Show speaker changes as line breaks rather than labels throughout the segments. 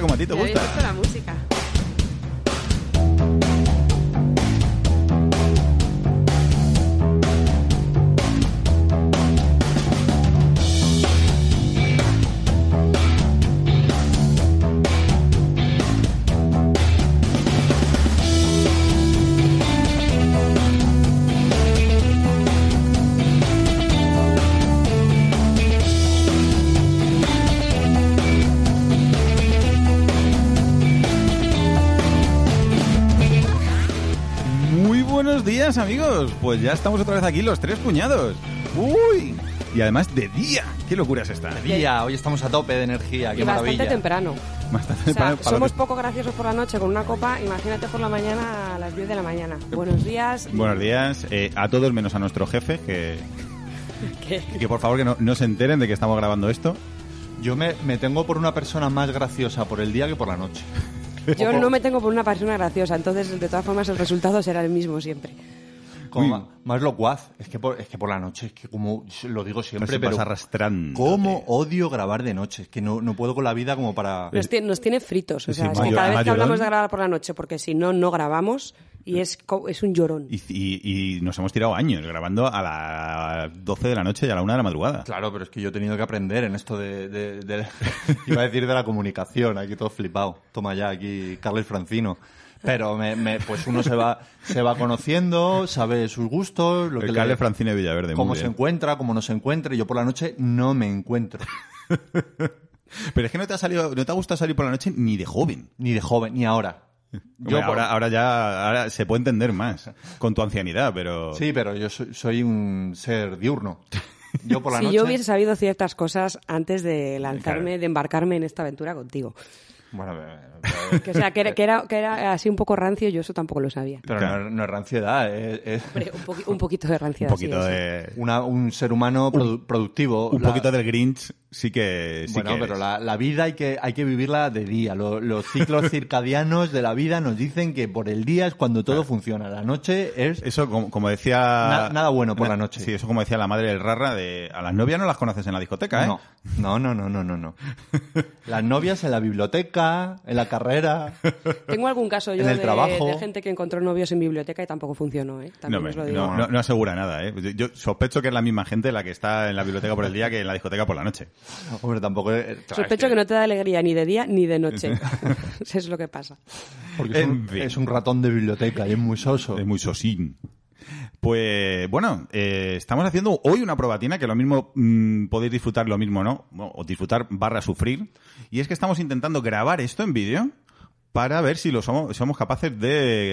como a ti te
Me habéis
gusta. Ah,
puesto la música.
Muy buenos días, amigos. Pues ya estamos otra vez aquí los tres puñados. ¡Uy! Y además de día. ¡Qué locura es esta!
Día, hoy estamos a tope de energía, qué
y bastante
maravilla.
temprano.
Más tarde
O sea,
para- para lo
somos
que-
poco graciosos por la noche con una copa. Imagínate por la mañana a las 10 de la mañana. Buenos días.
Buenos días eh, a todos menos a nuestro jefe, que,
¿Qué?
que por favor que no, no se enteren de que estamos grabando esto.
Yo me, me tengo por una persona más graciosa por el día que por la noche.
Yo no me tengo por una persona graciosa, entonces de todas formas el resultado será el mismo siempre.
Como
Uy.
ma- más locuaz. Es que, por, es que por la noche, es que como lo digo siempre,
Siempre
pero
vas arrastrando.
cómo odio grabar de noche. Es que no, no puedo con la vida como para...
Nos, tie- nos tiene fritos. O
Sí,
sea, es que
mayor-
cada vez que
mayorón.
hablamos de grabar por la noche, porque si no, no grabamos y es, co- es un llorón.
Y, y- y nos hemos tirado años grabando a las 12 de la noche y a la 1 de la madrugada.
Claro, pero es que yo he tenido que aprender en esto de... de- de- iba a decir de la comunicación, aquí todo flipado. Toma ya, aquí Carles Francino. Pero me- me- pues uno se va, se va conociendo, sabe sus gustos, lo que
el
le-
Carles Francine Villaverde. muy
cómo
bien.
se encuentra, cómo no se encuentra. Y yo por la noche no me encuentro.
Pero es que no te ha salido, no te ha gustado salir por la noche ni de joven.
Ni de joven, ni ahora.
Hombre,
por-
ahora, ahora ya ahora se puede entender más con tu ancianidad, pero
Sí, pero yo soy, soy un ser diurno. Yo por la
si
noche.
yo hubiese sabido ciertas cosas antes de lanzarme, de embarcarme en esta aventura contigo.
Bueno, eh,
Que, o sea, que era, que, era, que era así un poco rancio, yo eso tampoco lo sabía.
pero
Claro.
no, no es ranciedad, es, es
Hombre, un, poqui- un poquito de rancia.
un poquito de
una- un ser humano produ- productivo.
un
La-
poquito del Grinch sí que sí
bueno,
que
pero
es.
la, la vida hay que, hay que vivirla de día. Lo- los ciclos circadianos de la vida nos dicen que por el día es cuando todo funciona. La noche es.
eso como, como decía
Na- nada bueno por la noche.
Sí, eso como decía la madre del Rarra de a las novias no las conoces en la discoteca, ¿eh?
No, no, no, no, no, no, no. Las novias en la biblioteca, en la carrera.
Tengo algún caso yo
En el
de,
trabajo.
de gente que encontró novios en biblioteca y tampoco funcionó, ¿eh? También
No,
os lo
hombre,
digo.
no, no- no asegura nada, ¿eh? Yo- Yo sospecho que es la misma gente la que está en la biblioteca por el día que en la discoteca por la noche.
Hombre, tampoco. es-
Sospecho que no te da alegría ni de día ni de noche. Eso es lo que pasa.
Porque es
En
un,
fin.
es un ratón de biblioteca y es muy soso.
Es muy sosín. Pues bueno, eh, estamos haciendo hoy una probatina que lo mismo mm, podéis disfrutar, lo mismo no, Bueno, o disfrutar barra sufrir. Y es que estamos intentando grabar esto en vídeo para ver si lo somos, somos capaces de,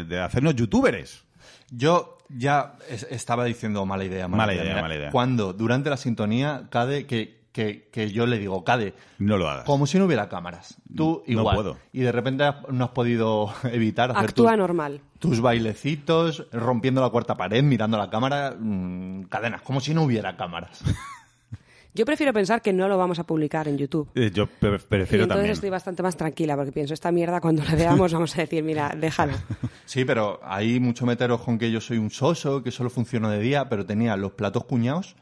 eh, de hacernos youtubers.
Yo ya es- estaba diciendo mala idea, mala,
Mala idea,
Mira,
mala idea.
Cuando durante la sintonía, Cade, que, que, que yo le digo, Cade,
No lo hagas.
como si no hubiera cámaras. Tú
No
igual.
puedo.
Y de repente no has podido evitar hacer
Actúa
tus,
normal.
tus bailecitos, rompiendo la cuarta pared, mirando la cámara, mm, cadenas, como si no hubiera cámaras.
Yo prefiero pensar que no lo vamos a publicar en YouTube.
Eh, yo pre-
Y
prefiero
entonces
también.
estoy bastante más tranquila porque pienso, esta mierda cuando la veamos vamos a decir, mira, déjalo.
Sí, pero hay mucho meteros con que yo soy un soso, que solo funciono de día, pero tenía los platos cuñados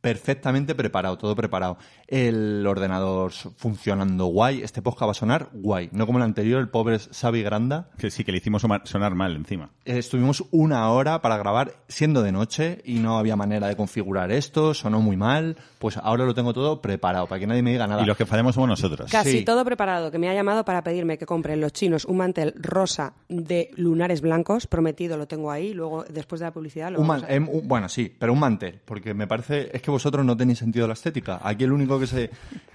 perfectamente preparado, todo preparado. El ordenador s- funcionando guay, este podcast va a sonar guay. No como el anterior, el pobre Xavi Granda.
Que sí, que le hicimos soma- sonar mal encima.
Eh, Estuvimos una hora para grabar siendo de noche y no había manera de configurar esto, sonó muy mal. Pues ahora lo tengo todo preparado, para que nadie me diga nada.
Y los que fallamos somos nosotros.
Casi
Sí.
todo preparado, que me ha llamado para pedirme que compren los chinos un mantel rosa de lunares blancos, prometido, lo tengo ahí, luego después de la publicidad lo
Un
vamos
man-
a-
em, un- bueno, sí, pero un mantel, porque me parece, es que vosotros no tenéis sentido de la estética. Aquí el único que se,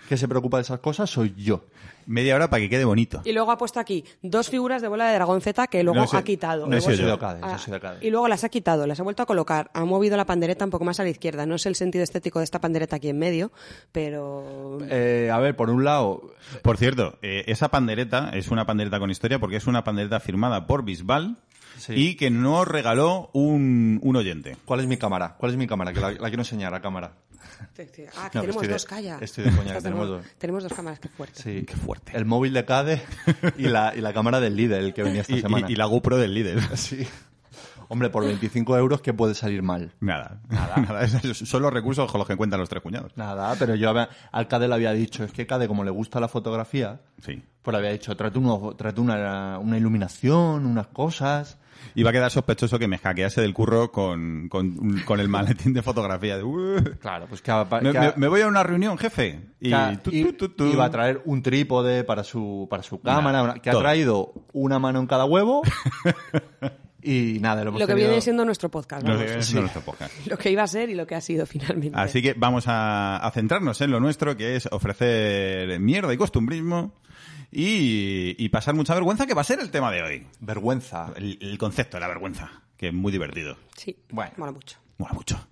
que se preocupa de esas cosas soy yo.
Media hora para que quede bonito.
Y luego ha puesto aquí dos figuras de bola de dragón Z que luego
No sé,
ha quitado.
no he
Luego
sido
se-
yo.
de Ocade,
Ah,
yo soy de Ocade.
y luego las ha quitado, las ha vuelto a colocar, ha movido la pandereta un poco más a la izquierda. No sé el sentido estético de esta pandereta aquí en medio, pero
Eh, a ver, por un lado,
Por cierto, eh, esa pandereta es una pandereta con historia porque es una pandereta firmada por Bisbal
Sí.
y que nos regaló un, un oyente.
¿cuál es mi cámara? ¿Cuál es mi cámara? Que la, la quiero enseñar a cámara.
Te- te- Ah, que
No,
tenemos
estoy de-
dos, calla.
estoy de coña, que
Estás
tenemos
mo-
dos.
tenemos dos cámaras, qué fuerte.
Sí.
Qué fuerte.
El móvil de Cade y la, y la cámara del líder, el que venía esta
Y,
semana.
y- y la GoPro del líder.
Sí. Hombre, por 25 euros, ¿qué puede salir mal?
Nada, nada. esos son los recursos con los que cuentan los tres cuñados.
Nada, pero yo había- al Cade le había dicho, es que Cade, como le gusta la fotografía,
Sí.
pues le había dicho, trate, uno- trate una, una iluminación, unas cosas.
Iba a quedar sospechoso que me hackease del curro con, con- con el maletín de fotografía. de, "Uh,
Claro, pues que, a-
me,
que a-
me- me voy a una reunión, jefe. Y
que a-
tu,
i-
tu, tu, tu.
iba a traer un trípode para su, para su cámara,
Nada,
una- que
todo.
ha traído una mano en cada huevo y nada, lo hemos
Lo que
tenido-
viene siendo nuestro podcast.
No,
vamos.
es
sí.
nuestro podcast.
Lo que iba a ser y lo que ha sido finalmente.
Así que vamos a, a centrarnos en lo nuestro, que es ofrecer mierda y costumbrismo y, y pasar mucha vergüenza, que va a ser el tema de hoy.
Vergüenza.
El, el concepto de la vergüenza, que es muy divertido.
Sí,
Bueno.
mola mucho.
Mola mucho.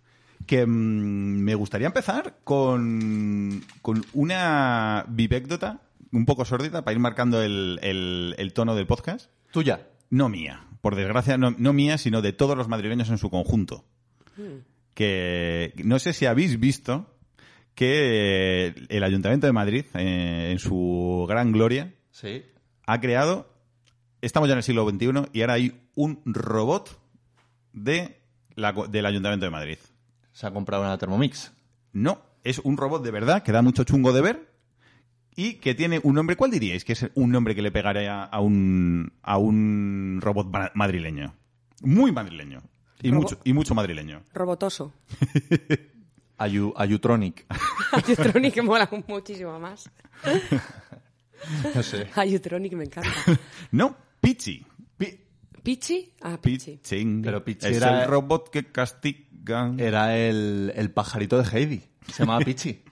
Que mm, me gustaría empezar con, con una vivécdota un poco sórdida para ir marcando el, el- el tono del podcast.
Tuya.
No mía, por desgracia, no, no mía, sino de todos los madrileños en su conjunto. Que no sé si habéis visto que eh, el Ayuntamiento de Madrid, eh, en su gran gloria,
Sí.
ha creado, estamos ya en el siglo XXI, y ahora hay un robot de la co- del Ayuntamiento de Madrid.
Se ha comprado una Thermomix.
No, es un robot de verdad que da mucho chungo de ver y que tiene un nombre. ¿Cuál diríais que es un nombre que le pegaría a un, a un robot ma- madrileño? Muy madrileño. Y
Robo-
mucho, y mucho madrileño.
Robotoso.
Ayu, Ayutronic.
Ayutronic mola muchísimo más.
No sé.
Ayutronic me encanta.
No, Pichi.
Pi-
¿Pichi? Ah, Pichi.
Pichín.
Pero Pichi
es
era- Eh.
el robot que castiga.
Era el, el pajarito de Heidi. Se llamaba Pichi.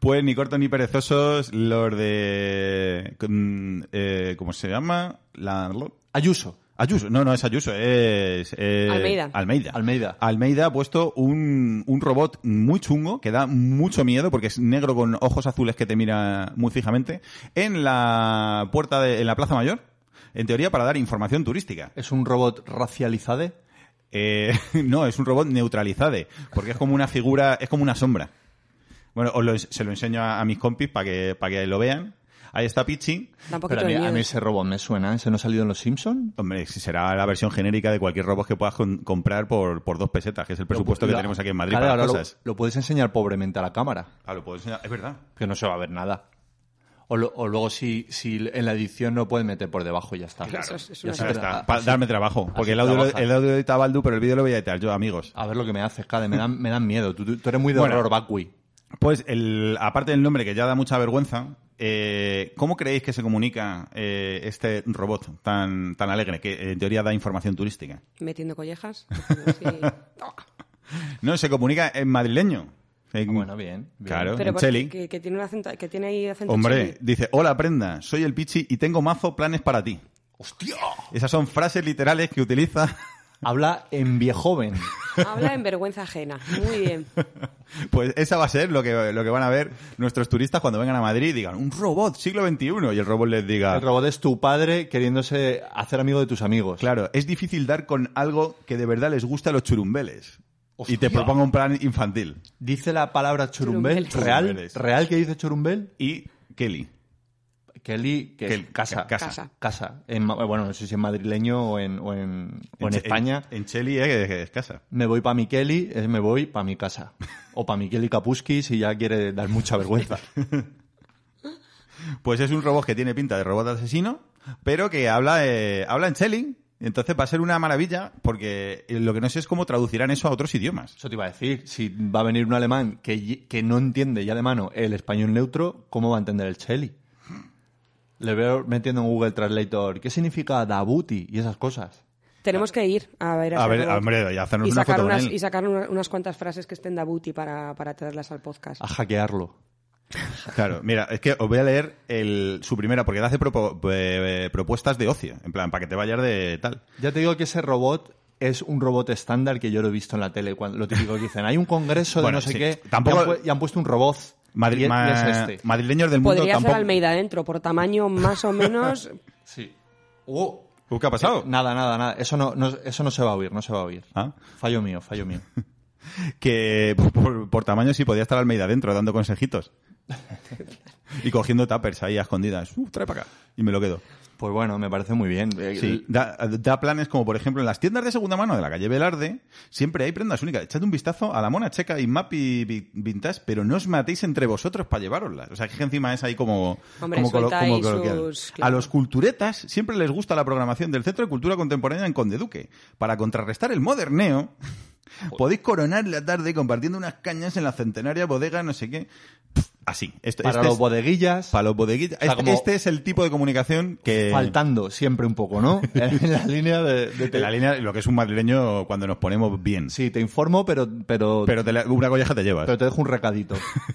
Pues ni cortos ni perezosos los de... mm, eh, ¿Cómo se llama? La...
Ayuso.
Ayuso, no, no es Ayuso, es... eh,
Almeida.
Almeida.
Almeida.
Almeida ha puesto un, un robot muy chungo que da mucho miedo porque es negro con ojos azules que te mira muy fijamente en la puerta de en la Plaza Mayor, en teoría para dar información turística.
Es un robot racializado.
Eh, no, es un robot neutralizado porque es como una figura, es como una sombra. Bueno, os lo ens- se lo enseño a, a mis compis para que, para que lo vean. Ahí está Pichi.
Da
Pero
un poquito
a mí,
de
a mí
miedo.
ese robot me suena. ¿Ese no ha salido en Los Simpsons?
Hombre, si será la versión genérica de cualquier robot que puedas con- comprar por, por dos pesetas, que es el
pues
presupuesto que tenemos aquí en Madrid para las
lo,
cosas.
lo puedes enseñar pobremente a la cámara.
Ah, lo puedo enseñar. Es verdad.
Que no se va a ver nada. O, lo- o luego si, si en la edición no pueden meter por debajo y ya está.
Claro. Eso es- es
ya
una
está,
verdad.
está, para darme trabajo. Porque el audio, lo-
trabaja.
el audio lo edita Baldu, pero el vídeo lo voy a editar yo, amigos.
A ver lo que me haces, Cade. Me dan, me dan miedo. Tú, tú- tú eres muy de
Bueno.
horror vacui.
Pues, el, aparte del nombre que ya da mucha vergüenza, eh, ¿cómo creéis que se comunica eh, este robot tan, tan alegre, que en teoría da información turística?
Metiendo collejas. haciendo así.
No, se comunica en madrileño. En-
Ah, Bueno, bien. bien.
Claro.
Pero
en
porque-
Cheli.
que, que tiene un acento, que tiene ahí acento
Hombre,
cheli.
dice, hola prenda, soy el Pichi y tengo mazo planes para ti.
¡Hostia!
Esas son frases literales que utiliza.
Habla en viejoven.
Habla en vergüenza ajena. Muy bien.
Pues esa va a ser lo que, lo que van a ver nuestros turistas cuando vengan a Madrid y digan, un robot, siglo XXI. Y el robot les diga,
El robot es tu padre queriéndose hacer amigo de tus amigos.
Claro, es difícil dar con algo que de verdad les gusta a los churumbeles.
Hostia.
Y te propongo un plan infantil.
Dice la palabra churumbel.
Churumbel.
¿Real?
Churumbeles.
¿Real que dice churumbel?
Y Kelly.
Kelly, que
Kelly,
es casa.
ca- casa.
Casa.
Casa. En ma- bueno, no sé si en madrileño o en, o en, o en
Che-
España.
En, en Cheli, eh, que es casa.
Me voy para mi Kelly, es me voy para mi casa. O para mi Kelly Kapuski si ya quiere dar mucha vergüenza.
Pues es un robot que tiene pinta de robot asesino, pero que habla, eh, habla en Cheli. Entonces va a ser una maravilla, porque eh, lo que no sé es cómo traducirán eso a otros idiomas.
Eso te iba a decir. Si va a venir un alemán que, ye- que no entiende ya de mano el español neutro, ¿cómo va a entender el Cheli? Le veo metiendo en Google Translator qué significa Dabuti y esas cosas.
Tenemos que ir a ver a,
A
ese
ver,
robot.
hombre, y hacernos
y
una
sacar,
foto con
unas,
él.
y sacar una- unas cuantas frases que estén Dabuti para, para traerlas al podcast.
A
Ah,
hackearlo.
Claro, mira, es que os voy a leer el, su primera, porque te hace propo- eh, propuestas de ocio, en plan, para que te vayas de tal.
Ya te digo que ese robot es un robot estándar que yo lo he visto en la tele. Cuando, lo típico que dicen, hay un congreso de
Bueno,
no sé
sí.
qué
Tampoco-
y, han, pu- y han puesto un robot.
Madri-
y, es-
ma-
y es este.
eh, Madrileños del mundo
Podría
tampoco.
ser Almeida dentro, por tamaño más o menos.
Sí. Uh,
Uh, ¿Qué ha pasado?
Nada, nada, nada. Eso no, no- eso no se va a oír, no se va a oír.
Ah.
Fallo mío, fallo mío.
que por, por tamaño sí podía estar Almeida dentro dando consejitos. y cogiendo tuppers ahí a escondidas. Uh, trae para acá. Y me lo quedo.
Pues bueno, me parece muy bien. Eh,
Sí, da, da planes como, por ejemplo, en las tiendas de segunda mano de la calle Velarde, siempre hay prendas únicas. Echad un vistazo a la mona checa y Mapi Vi- Vintage, pero no os matéis entre vosotros para llevaroslas. O sea, que encima es ahí como...
Hombre,
como colo-
soltáis
coloquial.
sus-
A
claro.
los culturetas siempre les gusta la programación del Centro de Cultura Contemporánea en Conde Duque. Para contrarrestar el moderneo... Podéis coronar la tarde compartiendo unas cañas en la centenaria bodega, no sé qué. Pff, Así. Esto,
para
este
los
es-
bodeguillas,
para los bodeguitas.
O sea,
este,
como-
este es el tipo de comunicación que...
faltando siempre un poco, ¿no? en la línea de... de-
De la línea, lo que es un madrileño cuando nos ponemos bien.
Sí, te informo, pero, pero,
Pero te la- una colleja te llevas.
pero te dejo un recadito.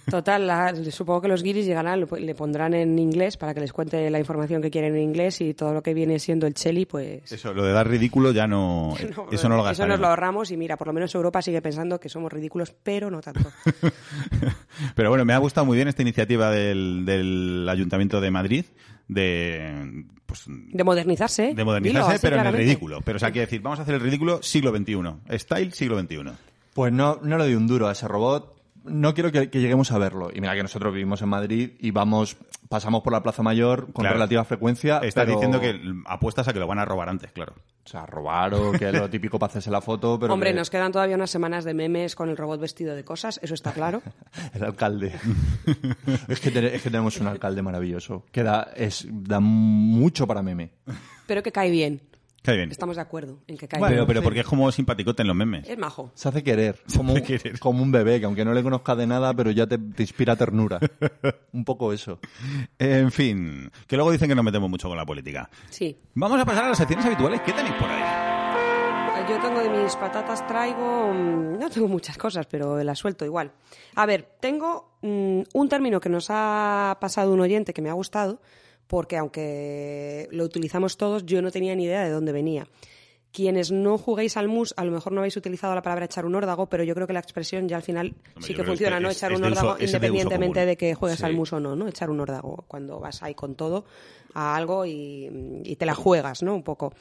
Total, la- supongo que los guiris llegarán, lo- le pondrán en inglés para que les cuente la información que quieren en inglés y todo lo que viene siendo el cheli, pues...
Eso, lo de dar ridículo ya no. eso no lo
eso
gastaremos.
nos lo ahorramos y mira, por lo menos Europa sigue pensando que somos ridículos, pero no tanto.
Pero bueno, me ha gustado muy bien esta iniciativa del, del Ayuntamiento de Madrid de. Pues,
De modernizarse. ¿eh?
de
Dilo
modernizarse,
así
pero en el
claramente.
ridículo. Pero o sea, quiere decir, vamos a hacer el ridículo siglo XXI. Style siglo XXI.
Pues no, no le doy un duro a ese robot. No quiero que, que lleguemos a verlo. Y mira que nosotros vivimos en Madrid y vamos, pasamos por la Plaza Mayor con
Claro.
relativa frecuencia.
Estás
Ah, pero-
diciendo que apuestas a que lo van a robar antes, claro.
O sea, robar o que es lo típico para hacerse la foto, pero...
Hombre,
que-
nos quedan todavía unas semanas de memes con el robot vestido de cosas, eso está claro.
El alcalde. es, que ten- es que tenemos un alcalde maravilloso. Que da, es, da mucho para meme.
Pero que cae bien.
Está bien.
Estamos de acuerdo en que cae
Bueno,
bien.
pero
sí.
porque es como simpaticote en los memes.
Es majo.
Se hace querer. Como un,
querer.
como un bebé, que aunque no le conozca de nada, pero ya te, te inspira ternura. un poco eso.
En fin, que luego dicen que nos metemos mucho con la política.
Sí.
Vamos a pasar a las secciones habituales. ¿Qué tenéis por ahí?
Yo tengo de mis patatas, traigo. mm, No tengo muchas cosas, pero las suelto igual. A ver, tengo mm, un término que nos ha pasado un oyente que me ha gustado, porque aunque lo utilizamos todos, yo no tenía ni idea de dónde venía. Quienes no juguéis al mus, a lo mejor no habéis utilizado la palabra echar un órdago, pero yo creo que la expresión ya al final
Hombre,
sí
yo
que
creo
funciona,
que
¿no?
es-
Echar
es
un
de uso-
órdago,
ese es de uso
independientemente
común.
de que juegues
Sí.
al mus o no, ¿no? Echar un órdago cuando vas ahí con todo a algo y, y te la juegas, ¿no? Un poco.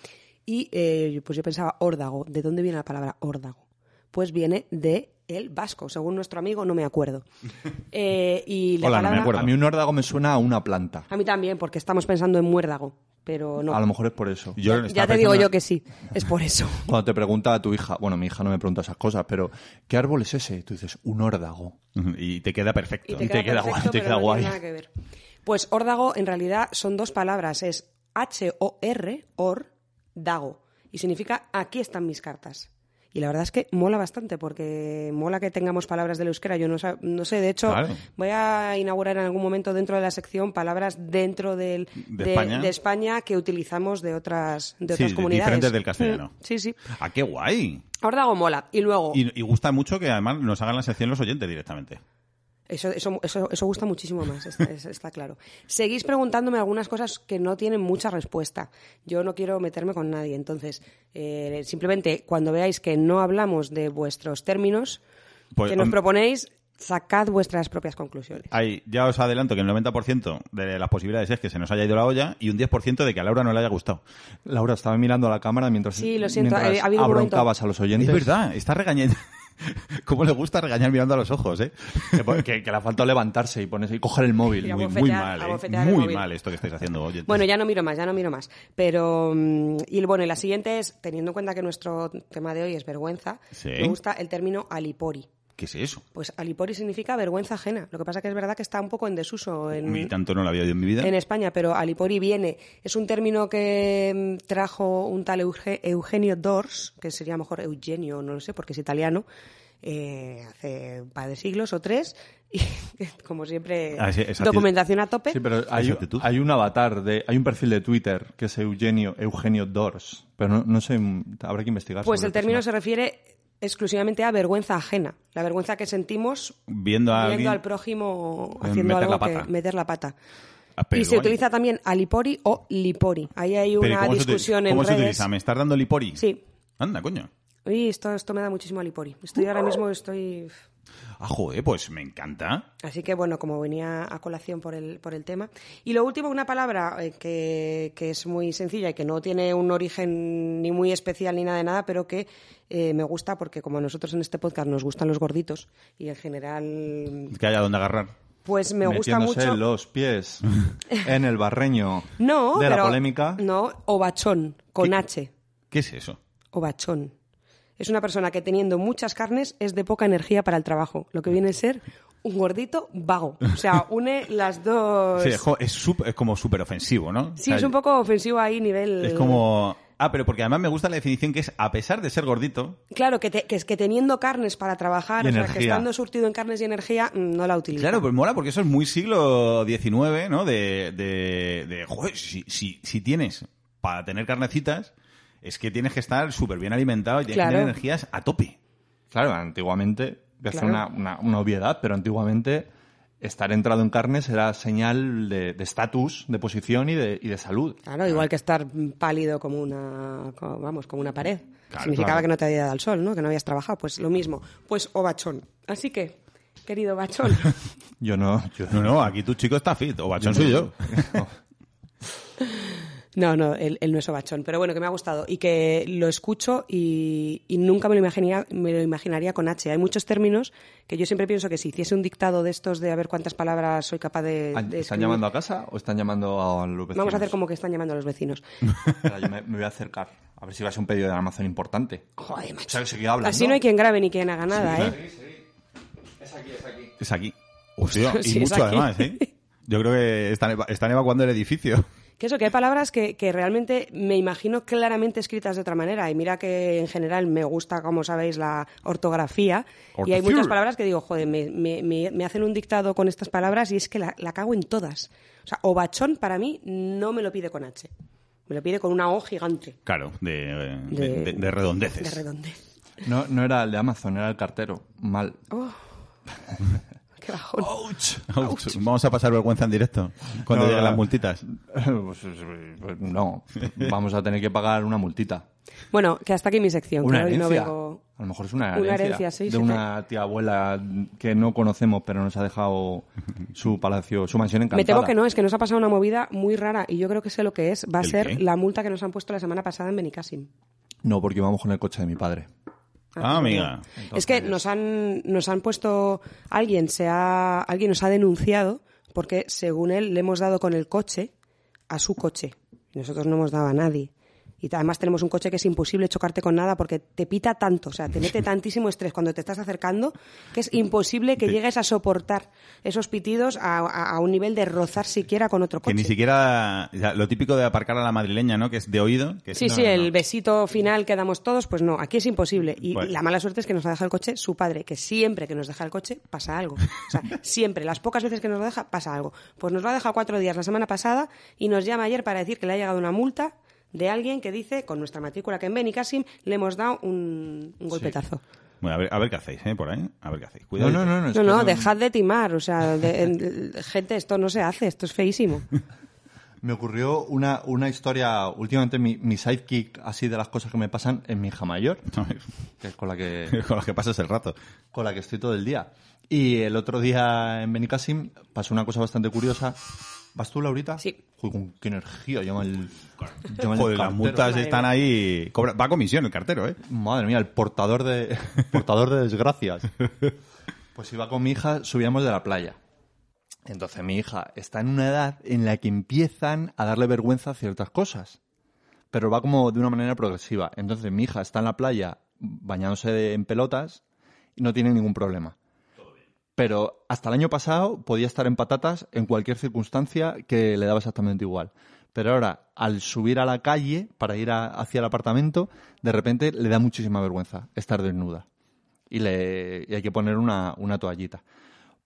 Y eh, pues yo pensaba órdago. ¿De dónde viene la palabra órdago? Pues viene de el vasco, según nuestro amigo, no me acuerdo. Eh, y la
Hola, no me
palabra...
acuerdo.
A mí un órdago me suena a una planta.
A mí también, porque estamos pensando en muérdago, pero no.
A lo mejor es por eso.
Yo
ya
estaba
te digo
pensando-
yo que sí, es por eso.
Cuando te pregunta a tu hija, bueno, mi hija no me pregunta esas cosas, pero ¿qué árbol es ese? Tú dices, un órdago.
Ujú, Y te queda perfecto.
Y te queda, perfecto,
te
pero
queda
no
guay.
Tiene nada que ver. Pues órdago en realidad son dos palabras, es H-O-R, or, dago, y significa aquí están mis cartas. Y la verdad es que mola bastante, porque mola que tengamos palabras del euskera. Yo no, sab- no sé, de hecho,
Claro.
voy a inaugurar en algún momento dentro de la sección palabras dentro del,
De España.
de España que utilizamos de otras, de
Sí,
otras
de-
comunidades.
diferentes del castellano.
Mm, Sí, sí.
¡Ah, qué guay!
Órdago mola. Y luego,
Y, y gusta mucho que además nos hagan la sección los oyentes directamente.
Eso, eso, eso, eso gusta muchísimo más, está, es- está claro. Seguís preguntándome algunas cosas que no tienen mucha respuesta. Yo no quiero meterme con nadie, entonces eh, simplemente cuando veáis que no hablamos de vuestros términos
Pues,
que nos
hom-
proponéis, sacad vuestras propias conclusiones.
Ahí, ya os adelanto que el 90% de las posibilidades es que se nos haya ido la olla y un 10% de que a Laura no le haya gustado.
Laura, estaba mirando a la cámara mientras,
Sí, lo siento,
mientras
eh, ha habido un
abroncabas
momento.
a los oyentes.
Es verdad, está regañando. ¿Cómo le gusta regañar mirando a los ojos, eh?
Que, po- que- que le ha faltado levantarse y ponerse y coger el móvil.
Y a
Muy, muy
bofetear-
mal,
a
¿eh?
bofetear el
Muy
móvil.
mal esto que estáis haciendo, oyentes.
Bueno, ya no miro más, ya no miro más. Pero, mm, y bueno, y la siguiente es, teniendo en cuenta que nuestro tema de hoy es vergüenza,
Sí.
me gusta el término alipori.
¿Qué es eso?
Pues alipori significa vergüenza ajena. Lo que pasa que es verdad que está un poco en desuso en,
Ni tanto no lo había oído en mi vida.
Mm. en España, pero Alipori viene. Es un término que mm, trajo un tal Euge- Eugenio Dors, que sería mejor Eugenio, no lo sé, porque es italiano, eh, hace un par de siglos o tres, y como siempre,
Ah, sí, esa-
documentación a tope.
Sí, pero hay,
actitud.
hay un avatar, de, hay un perfil de Twitter que es Eugenio, Eugenio Dors. Pero no, no sé, mm, habrá que investigar.
Pues
sobre
el término se
personaje.
refiere exclusivamente a vergüenza ajena, la vergüenza que sentimos
Viendo a
viendo
alguien.
al prójimo
Eh,
haciendo
meter
algo
la pata.
que meter la pata.
Ah, pero
y se
bueno.
utiliza también alipori o lipori. Ahí hay
Pero ¿y
una
cómo se utiliza?
discusión en
¿Cómo se
redes.
utiliza? ¿Me estás dando lipori?
Sí.
Anda, coño.
Uy, esto, esto me da muchísimo alipori. Estoy ahora mismo, estoy...
Ah, joder, pues me encanta.
Así que bueno, como venía a colación por el, por el tema. Y lo último, una palabra eh, que, que es muy sencilla y que no tiene un origen ni muy especial ni nada de nada, pero que eh, me gusta porque como a nosotros en este podcast nos gustan los gorditos y en general
Que haya donde agarrar.
Pues me gusta
Metiéndose
mucho.
los pies en el barreño
No,
de la
pero-
polémica.
No, ovachón, con
¿Qué?
H.
¿Qué es eso?
Ovachón. Es una persona que teniendo muchas carnes es de poca energía para el trabajo, lo que viene a ser un gordito vago. O sea, une las dos.
Sí, jo, es, sup- es como súper ofensivo, ¿no?
Pues Sí,
O sea,
es un poco ofensivo ahí nivel.
Es como... Ah, pero porque además me gusta la definición que es, a pesar de ser gordito,
Claro, que, te- que es que teniendo carnes para trabajar,
Y
o sea, que
energía.
estando surtido en carnes y energía, mm, no la utiliza.
Claro, pues mola porque eso es muy siglo XIX, ¿no? De, de, de, joder, si, si, si tienes para tener carnecitas, es que tienes que estar súper bien alimentado y tienes
Claro.
que tener energías a tope.
Claro, antiguamente, voy a hacer
Claro.
una, una- una obviedad, pero antiguamente estar entrado en carnes era señal de de estatus, de, posición y de, y de salud.
Claro, igual que estar mm, pálido como una, como- vamos, como una pared.
Claro,
Significaba
claro.
que no te había dado el sol, ¿no? Que no habías trabajado. Pues lo mismo. Pues ovachón. Así que, querido bachón,
Yo no. yo-
No, no, aquí tu chico está fit, o bachón soy yo.
No, no, él, él no es ovachón, pero bueno, que me ha gustado y que lo escucho y, y nunca me lo, imaginaría, me lo imaginaría con H. Hay muchos términos que yo siempre pienso que si hiciese un dictado de estos de a ver cuántas palabras soy capaz de... de
Ah, ¿Están
escribir,
llamando a casa o están llamando a los vecinos?
Vamos a hacer como que están llamando a los vecinos.
Espera, yo me, me voy a acercar. A ver si va a ser un pedido de Amazon importante.
Joder,
O
macho.
sea, que seguí hablando.
Así no hay quien grabe ni quien haga nada, ¿eh?
Es aquí. Hostia, y
Sí, es
mucho
aquí.
además, ¿eh? Yo creo que están, eva- están evacuando el edificio.
Que eso, que hay palabras que, que realmente me imagino claramente escritas de otra manera. Y mira que en general me gusta, como sabéis, la ortografía. Y hay
Ortofiur.
muchas palabras que digo, joder, me, me- me- me hacen un dictado con estas palabras y es que la, la cago en todas. O sea, ovachón para mí no me lo pide con H. Me lo pide con una O gigante
Claro, de, de,
De-
de- de redondeces.
de redondez.
No, no era el de Amazon, era el cartero. Mal.
Qué bajón.
Ouch. Vamos a pasar vergüenza en directo cuando
No,
lleguen
no.
las multitas.
Pues, pues, no, vamos a tener que pagar una multita.
Bueno, que hasta aquí mi sección.
Una
que hoy no
herencia.
vengo-
A lo mejor es una herencia.
Una herencia, sí,
De
sí,
una tía abuela que no conocemos, pero nos ha dejado su palacio, su mansión encantada.
Me temo que no, es que nos ha pasado una movida muy rara y yo creo que sé lo que es. Va a
¿El
ser
qué?
la multa que nos han puesto la semana pasada en Benicassim.
No, porque íbamos con el coche de mi padre.
Ah, amiga.
es que nos han, nos han puesto, alguien, se ha, alguien nos ha denunciado porque, según él, le hemos dado con el coche a su coche. Nosotros no hemos dado a nadie. Y ta- además tenemos un coche que es imposible chocarte con nada porque te pita tanto, o sea, te mete tantísimo estrés cuando te estás acercando que es imposible que
Te-
llegues a soportar esos pitidos a, a- a un nivel de rozar siquiera con otro
Que
coche.
ni siquiera... o sea, lo típico de aparcar a la madrileña, ¿no? Que es de oído. Que es-
Sí,
no,
sí,
no, no.
el besito final que damos todos, pues no, aquí es imposible. Y
Bueno.
la mala suerte es que nos ha dejado el coche su padre, que siempre que nos deja el coche pasa algo. O sea, siempre, las pocas veces que nos lo deja, pasa algo. Pues nos lo ha dejado cuatro días la semana pasada y nos llama ayer para decir que le ha llegado una multa de alguien que dice, con nuestra matrícula que en Benicassim, le hemos dado un, un golpetazo.
Bueno, a ver, a ver qué hacéis, ¿eh? Por ahí. A ver qué hacéis.
No,
Cuidado.
no, no. no, es
No,
que
no, dejad de timar, o sea, de- en- gente, esto no se hace, esto es feísimo.
Me ocurrió una, una historia, últimamente mi, mi sidekick, así de las cosas que me pasan, es mi hija mayor, que es con la que
Con las que pasas el rato.
con la que estoy todo el día. Y el otro día en Benicassim pasó una cosa bastante curiosa. ¿Vas tú, Laurita?
Sí.
Uy, con qué energía, llama el. llama el
Joder, las
cartero.
multas están ahí. Cobra- va a comisión el cartero, ¿eh?
Madre mía, el portador de, portador de desgracias. Pues iba con mi hija, subíamos de la playa. Entonces mi hija está en una edad en la que empiezan a darle vergüenza a ciertas cosas, pero va como de una manera progresiva. Entonces mi hija está en la playa bañándose de- en pelotas y no tiene ningún problema. Pero hasta el año pasado podía estar en patatas en cualquier circunstancia que le daba exactamente igual. Pero ahora, al subir a la calle para ir a- hacia el apartamento, de repente le da muchísima vergüenza estar desnuda. Y, le, y hay que poner una, una toallita.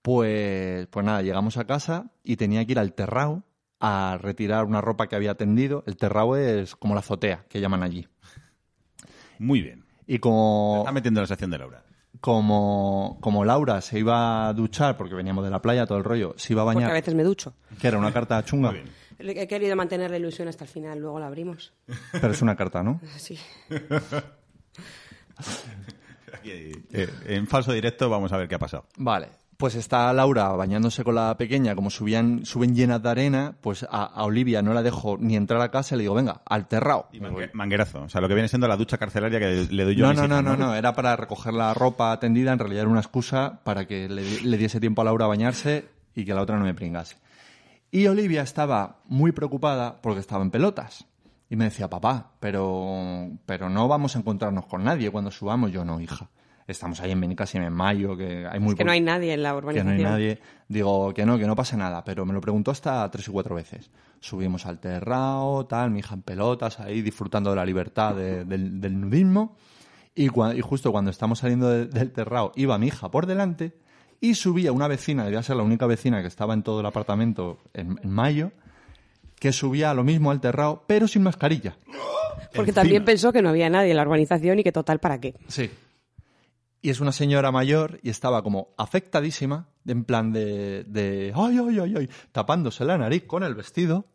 Pues, pues nada, llegamos a casa y tenía que ir al terrao a retirar una ropa que había tendido. El terrao es como la azotea que llaman allí.
Muy bien.
Y como...
Está metiendo la sección de Laura.
como, como Laura se iba a duchar, porque veníamos de la playa, todo el rollo, se iba a
Porque a
bañar,
veces me ducho.
que era una carta chunga,
Muy bien.
He querido mantener la ilusión hasta el final, luego la abrimos.
pero es una carta, ¿no?
Así.
Aquí, eh, en falso directo vamos a ver qué ha pasado.
Vale. Pues está Laura bañándose con la pequeña, como subían, suben llenas de arena, pues a, a Olivia no la dejo ni entrar a casa, le digo, venga, al terrao.
Y mangue- manguerazo. O sea, lo que viene siendo la ducha carcelaria que le doy yo a
No,
mis
no, no,
hijas,
no, no, era para recoger la ropa tendida, en realidad era una excusa para que le, le diese tiempo a Laura a bañarse y que la otra no me pringase. Y Olivia estaba muy preocupada porque estaba en pelotas. Y me decía, papá, pero, pero no vamos a encontrarnos con nadie cuando subamos. Yo no, hija. Estamos ahí en Benicassim en mayo, que hay muy
que no
po-
hay nadie en la
que no
urbanización.
hay nadie. Digo, que no, que no pasa nada, pero me lo preguntó hasta tres o cuatro veces. Subimos al terrao, tal, mi hija en pelotas, ahí disfrutando de la libertad de- del, del nudismo. Y, cua- y justo cuando estamos saliendo de- del terrao, iba mi hija por delante y subía una vecina, debía ser la única vecina que estaba en todo el apartamento en, en mayo, que subía lo mismo al terrao, pero sin mascarilla.
Porque
Encima.
también pensó que no había nadie en la urbanización y que total, ¿para qué?
Sí. Y es una señora mayor y estaba como afectadísima, en plan de, de ay, ay, ay, ay, tapándose la nariz con el vestido,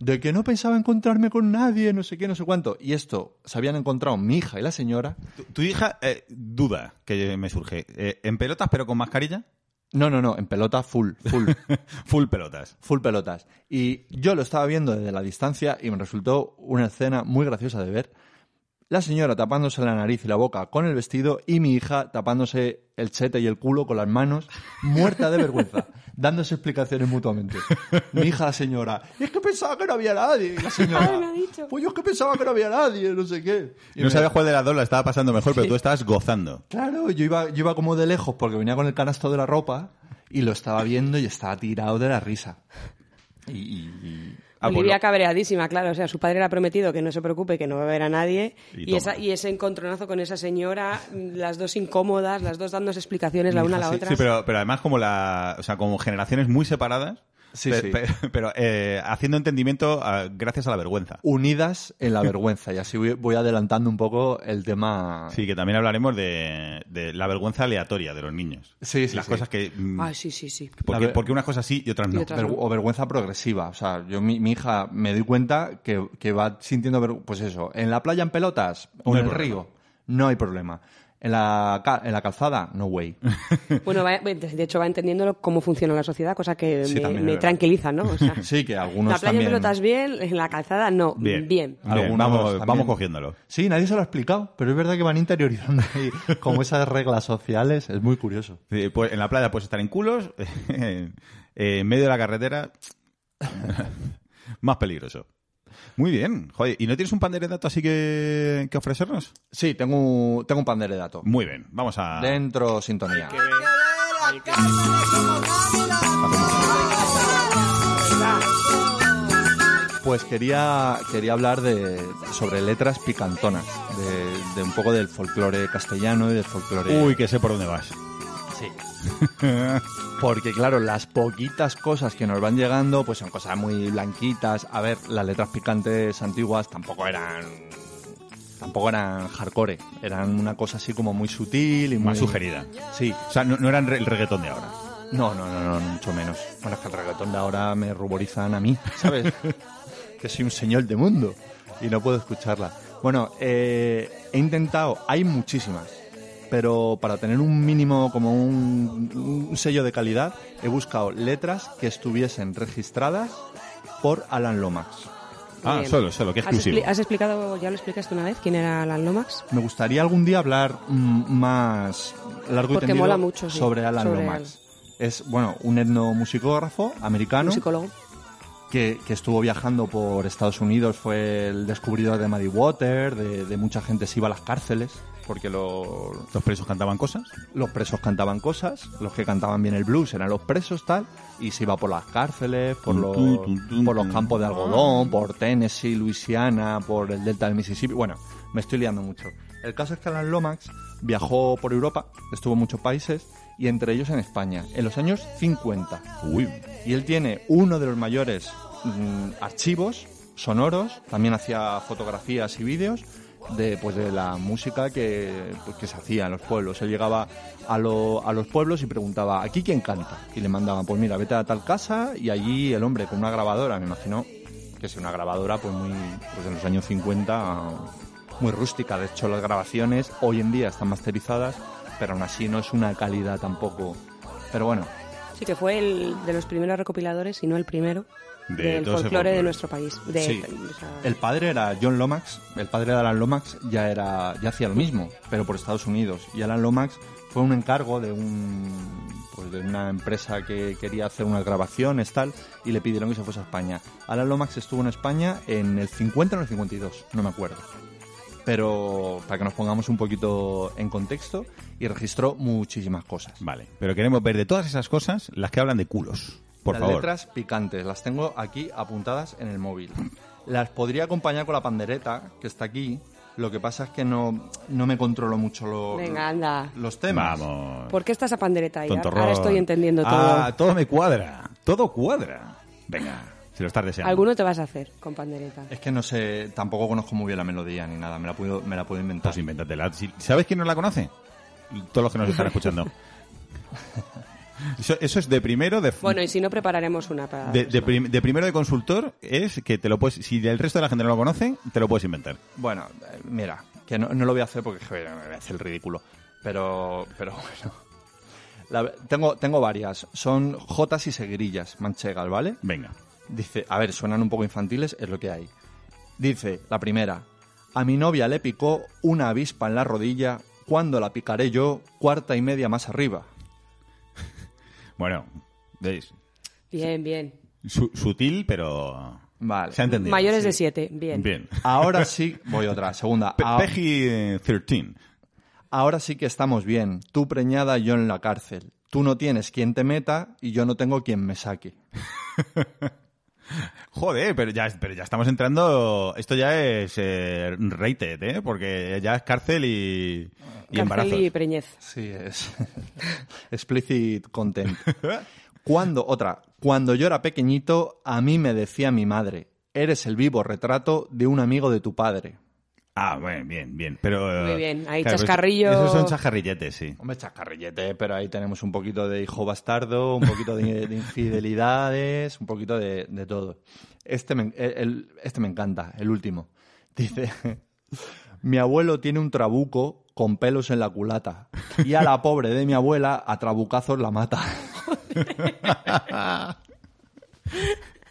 de que no pensaba encontrarme con nadie, no sé qué, no sé cuánto. Y esto se habían encontrado mi hija y la señora.
Tu, tu hija, eh, duda que me surge. Eh, ¿En pelotas pero con mascarilla?
No, no, no, en pelota full, full,
Full pelotas.
full pelotas. Y yo lo estaba viendo desde la distancia y me resultó una escena muy graciosa de ver. La señora tapándose la nariz y la boca con el vestido y mi hija tapándose el chete y el culo con las manos, muerta de vergüenza, dándose explicaciones mutuamente. Mi hija, la señora, es que pensaba que no había nadie. Y la señora,
Ay, me ha dicho.
pues yo es que pensaba que no había nadie, no sé qué. Y
no
me-
sabía cuál de las dos la estaba pasando mejor, pero tú estabas gozando.
Claro, yo iba, yo iba como de lejos porque venía con el canasto de la ropa y lo estaba viendo y estaba tirado de la risa. Y, y- y-
Ah, pues
Olivia
lo-
cabreadísima, claro. O sea, su padre le ha prometido que no se preocupe, que no va a ver a nadie.
Y
Y,
toma.
esa- y ese encontronazo con esa señora, las dos incómodas, las dos dándose explicaciones la
Hija,
una a la
sí,
otra.
Sí, pero, pero además como la, o sea, como generaciones muy separadas,
Sí,
pe-
sí.
pe- pero eh, haciendo entendimiento ah, gracias a la vergüenza.
unidas en la vergüenza. Y así voy, voy adelantando un poco el tema.
Sí, que también hablaremos de, de la vergüenza aleatoria de los niños.
Sí, sí,
Las
sí.
cosas que... mm,
Ay, sí, sí, sí.
Porque,
La ve-
porque unas cosas sí y otras no.
Y otras-
Ver- o vergüenza progresiva. O sea, yo mi, mi hija me doy cuenta que, que va sintiendo, ver- pues eso, en la playa en pelotas
No
o en
hay
el
problema.
río, no hay problema. En la, ca- en la calzada, no way.
Bueno, va- de hecho va entendiendo lo- cómo funciona la sociedad, cosa que
Sí,
me,
también es
me
verdad.
tranquiliza, ¿no? O sea,
Sí, que algunos
la playa en
también-
pelotas bien, en la calzada no,
Bien.
bien.
Bien,
Algunos
vamos,
también.
vamos cogiéndolo.
Sí, nadie se lo ha explicado, pero es verdad que van interiorizando ahí como esas reglas sociales. Es muy curioso.
Sí, pues, en la playa puedes estar en culos, eh, en medio de la carretera, más peligroso. Muy bien, joder. ¿Y no tienes un pan de dato así que, que ofrecernos?
Sí, tengo, un- tengo un pandero de datos.
Muy bien, vamos a...
Dentro, sintonía. Pues quería, quería hablar de, sobre letras picantonas, de, de un poco del folclore castellano y del folclore...
Uy, que sé por dónde vas.
Sí. Porque claro, las poquitas cosas que nos van llegando, pues son cosas muy blanquitas. A ver, las letras picantes antiguas tampoco eran, tampoco eran hardcore, eran una cosa así como muy sutil y
Más
muy-
sugerida.
Sí,
O sea, no, no eran re- el reggaetón de ahora.
no, no, no, no, mucho menos. Bueno, es que el reggaetón de ahora me ruborizan a mí, ¿sabes? que soy un señor de mundo y no puedo escucharla. Bueno, eh, he intentado, hay muchísimas, pero para tener un mínimo, como un, un sello de calidad, he buscado letras que estuviesen registradas por Alan Lomax.
Ah,
Bien.
solo, solo, qué
¿Has,
exclusivo.
expli- has explicado, ya lo explicaste una vez, quién era Alan Lomax?
Me gustaría algún día hablar mm, más largo
Porque
y tendido
mola mucho, sí,
sobre Alan
sobre
Lomax. Es, bueno, un etnomusicógrafo americano.
Un psicólogo.
que, que estuvo viajando por Estados Unidos, fue el descubridor de Muddy Water, de, de mucha gente se iba a las cárceles, porque lo-
¿Los presos cantaban cosas?
los presos cantaban cosas, los que cantaban bien el blues eran los presos, tal, y se iba por las cárceles, por
Tum,
los,
tum, tum, tum,
por los
tum.
campos de algodón, por Tennessee, Luisiana, por el delta del Mississippi. Bueno, me estoy liando mucho. El caso es que Alan Lomax viajó por Europa, estuvo en muchos países, y entre ellos en España, en los años 50
Uy.
y él tiene uno de los mayores mm, archivos sonoros, también hacía fotografías y vídeos de pues de la música que, pues, que se hacía en los pueblos. Él llegaba a, lo- a los pueblos y preguntaba, ¿aquí quién canta? Y le mandaban, pues mira, vete a tal casa y allí el hombre con una grabadora, me imagino que es una grabadora pues muy pues en los años 50 muy rústica. De hecho, las grabaciones hoy en día están masterizadas, pero aún así no es una calidad tampoco. Pero bueno,
Sí, que fue el de los primeros recopiladores, si no el primero,
De
del
todo ese
folclore,
folclore.
de nuestro país. De- este,
Sí.
o sea,
El padre era John Lomax, el padre de Alan Lomax ya era ya hacía lo mismo, pero por Estados Unidos. Y Alan Lomax fue un encargo de un pues de una empresa que quería hacer unas grabaciones, tal, y le pidieron que se fuese a España. Alan Lomax estuvo en España en el 50 o en el 52, no me acuerdo. Pero para que nos pongamos un poquito en contexto, y registró muchísimas cosas.
Vale, pero queremos ver de todas esas cosas las que hablan de culos. Por
las
favor.
letras picantes, las tengo aquí apuntadas en el móvil. Las podría acompañar con la pandereta, que está aquí. Lo que pasa es que no, no me controlo mucho lo-
Venga, anda.
los temas.
Vamos.
¿Por qué está esa pandereta ahí?
Tontorrón.
Ahora estoy entendiendo todo.
Ah, todo me cuadra. Todo cuadra. Venga, si lo estás deseando.
Alguno te vas a hacer con pandereta.
Es que no sé, tampoco conozco muy bien la melodía ni nada, me la puedo, me la puedo inventar.
Pues invéntatela. Si- ¿Sabes quién no la conoce? Todos los que nos están escuchando. Eso, eso es de primero de,
Bueno, y si no, prepararemos una para...
de, de prim- de primero de consultor es que te lo puedes si el resto de la gente no lo conoce te lo puedes inventar
Bueno, eh, mira, que no, no lo voy a hacer porque joder, me hace el ridículo. Pero, pero bueno. La- tengo, tengo varias. Son jotas y seguirillas manchegas, ¿vale?
venga
Dice, a ver, suenan un poco infantiles, es lo que hay. Dice, la primera, a mi novia le picó una avispa en la rodilla, cuando la picaré yo, cuarta y media más arriba.
bueno veis
Bien, bien.
Su- sutil pero
Vale.
se ha entendido
Mayores
Sí.
de siete, bien.
bien
Ahora sí, voy otra, segunda.
Pe-
A-
Peggy eh, 13
ahora sí que estamos bien, tú preñada, yo en la cárcel. Tú no tienes quien te meta y yo no tengo quien me saque.
Joder, pero ya, pero ya estamos entrando. Esto ya es eh, rated, ¿eh? Porque ya es cárcel y, y
Cárcel
embarazos.
y preñez.
Sí, es explicit content. Cuando, otra, cuando yo era pequeñito, a mí me decía mi madre, eres el vivo retrato de un amigo de tu padre.
Ah, bueno, bien, bien. Pero,
Muy bien, ahí
pero
chascarrillo.
Esos son chascarrilletes, sí.
Hombre, chacarrillete, pero ahí tenemos un poquito de hijo bastardo, un poquito de, de infidelidades, un poquito de, de todo. Este me, el- el- este me encanta, el último. Dice, mi abuelo tiene un trabuco con pelos en la culata y a la pobre de mi abuela a trabucazos la mata.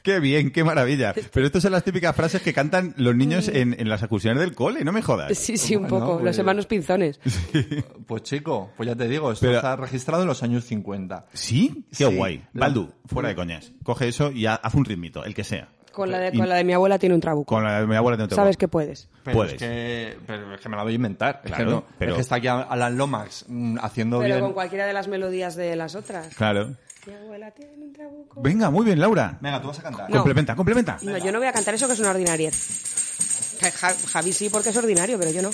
Qué bien, qué maravilla. Pero estas son las típicas frases que cantan los niños en, en las excursiones del cole, no me jodas.
Mm. Sí, sí, un
Bueno,
poco.
pues-
Los hermanos pinzones.
Pues chico, pues ya te digo, esto
Pero-
está registrado en los años 50.
¿Sí? Qué
Sí.
guay.
La-
Baldu, fuera de coñas. Coge eso y ha- haz un ritmito, el que sea.
Con la de,
Y-
con la de mi abuela tiene un trabuco.
con la de mi abuela te
Sabes que puedes.
Pero
Puedes.
Es que, pero es que me la voy a inventar. Es que
Claro,
no- es, que
pero-
está aquí Alan Lomax mm, haciendo
Pero
bien.
con cualquiera de las melodías de las otras.
Claro.
Mi abuela tiene un trabuco.
Venga, muy bien, Laura.
Venga, tú vas a cantar.
No.
Complementa, complementa.
No, yo no voy a cantar eso que es una ordinariedad. Ja- Ja- Javi sí, porque es ordinario, pero yo no.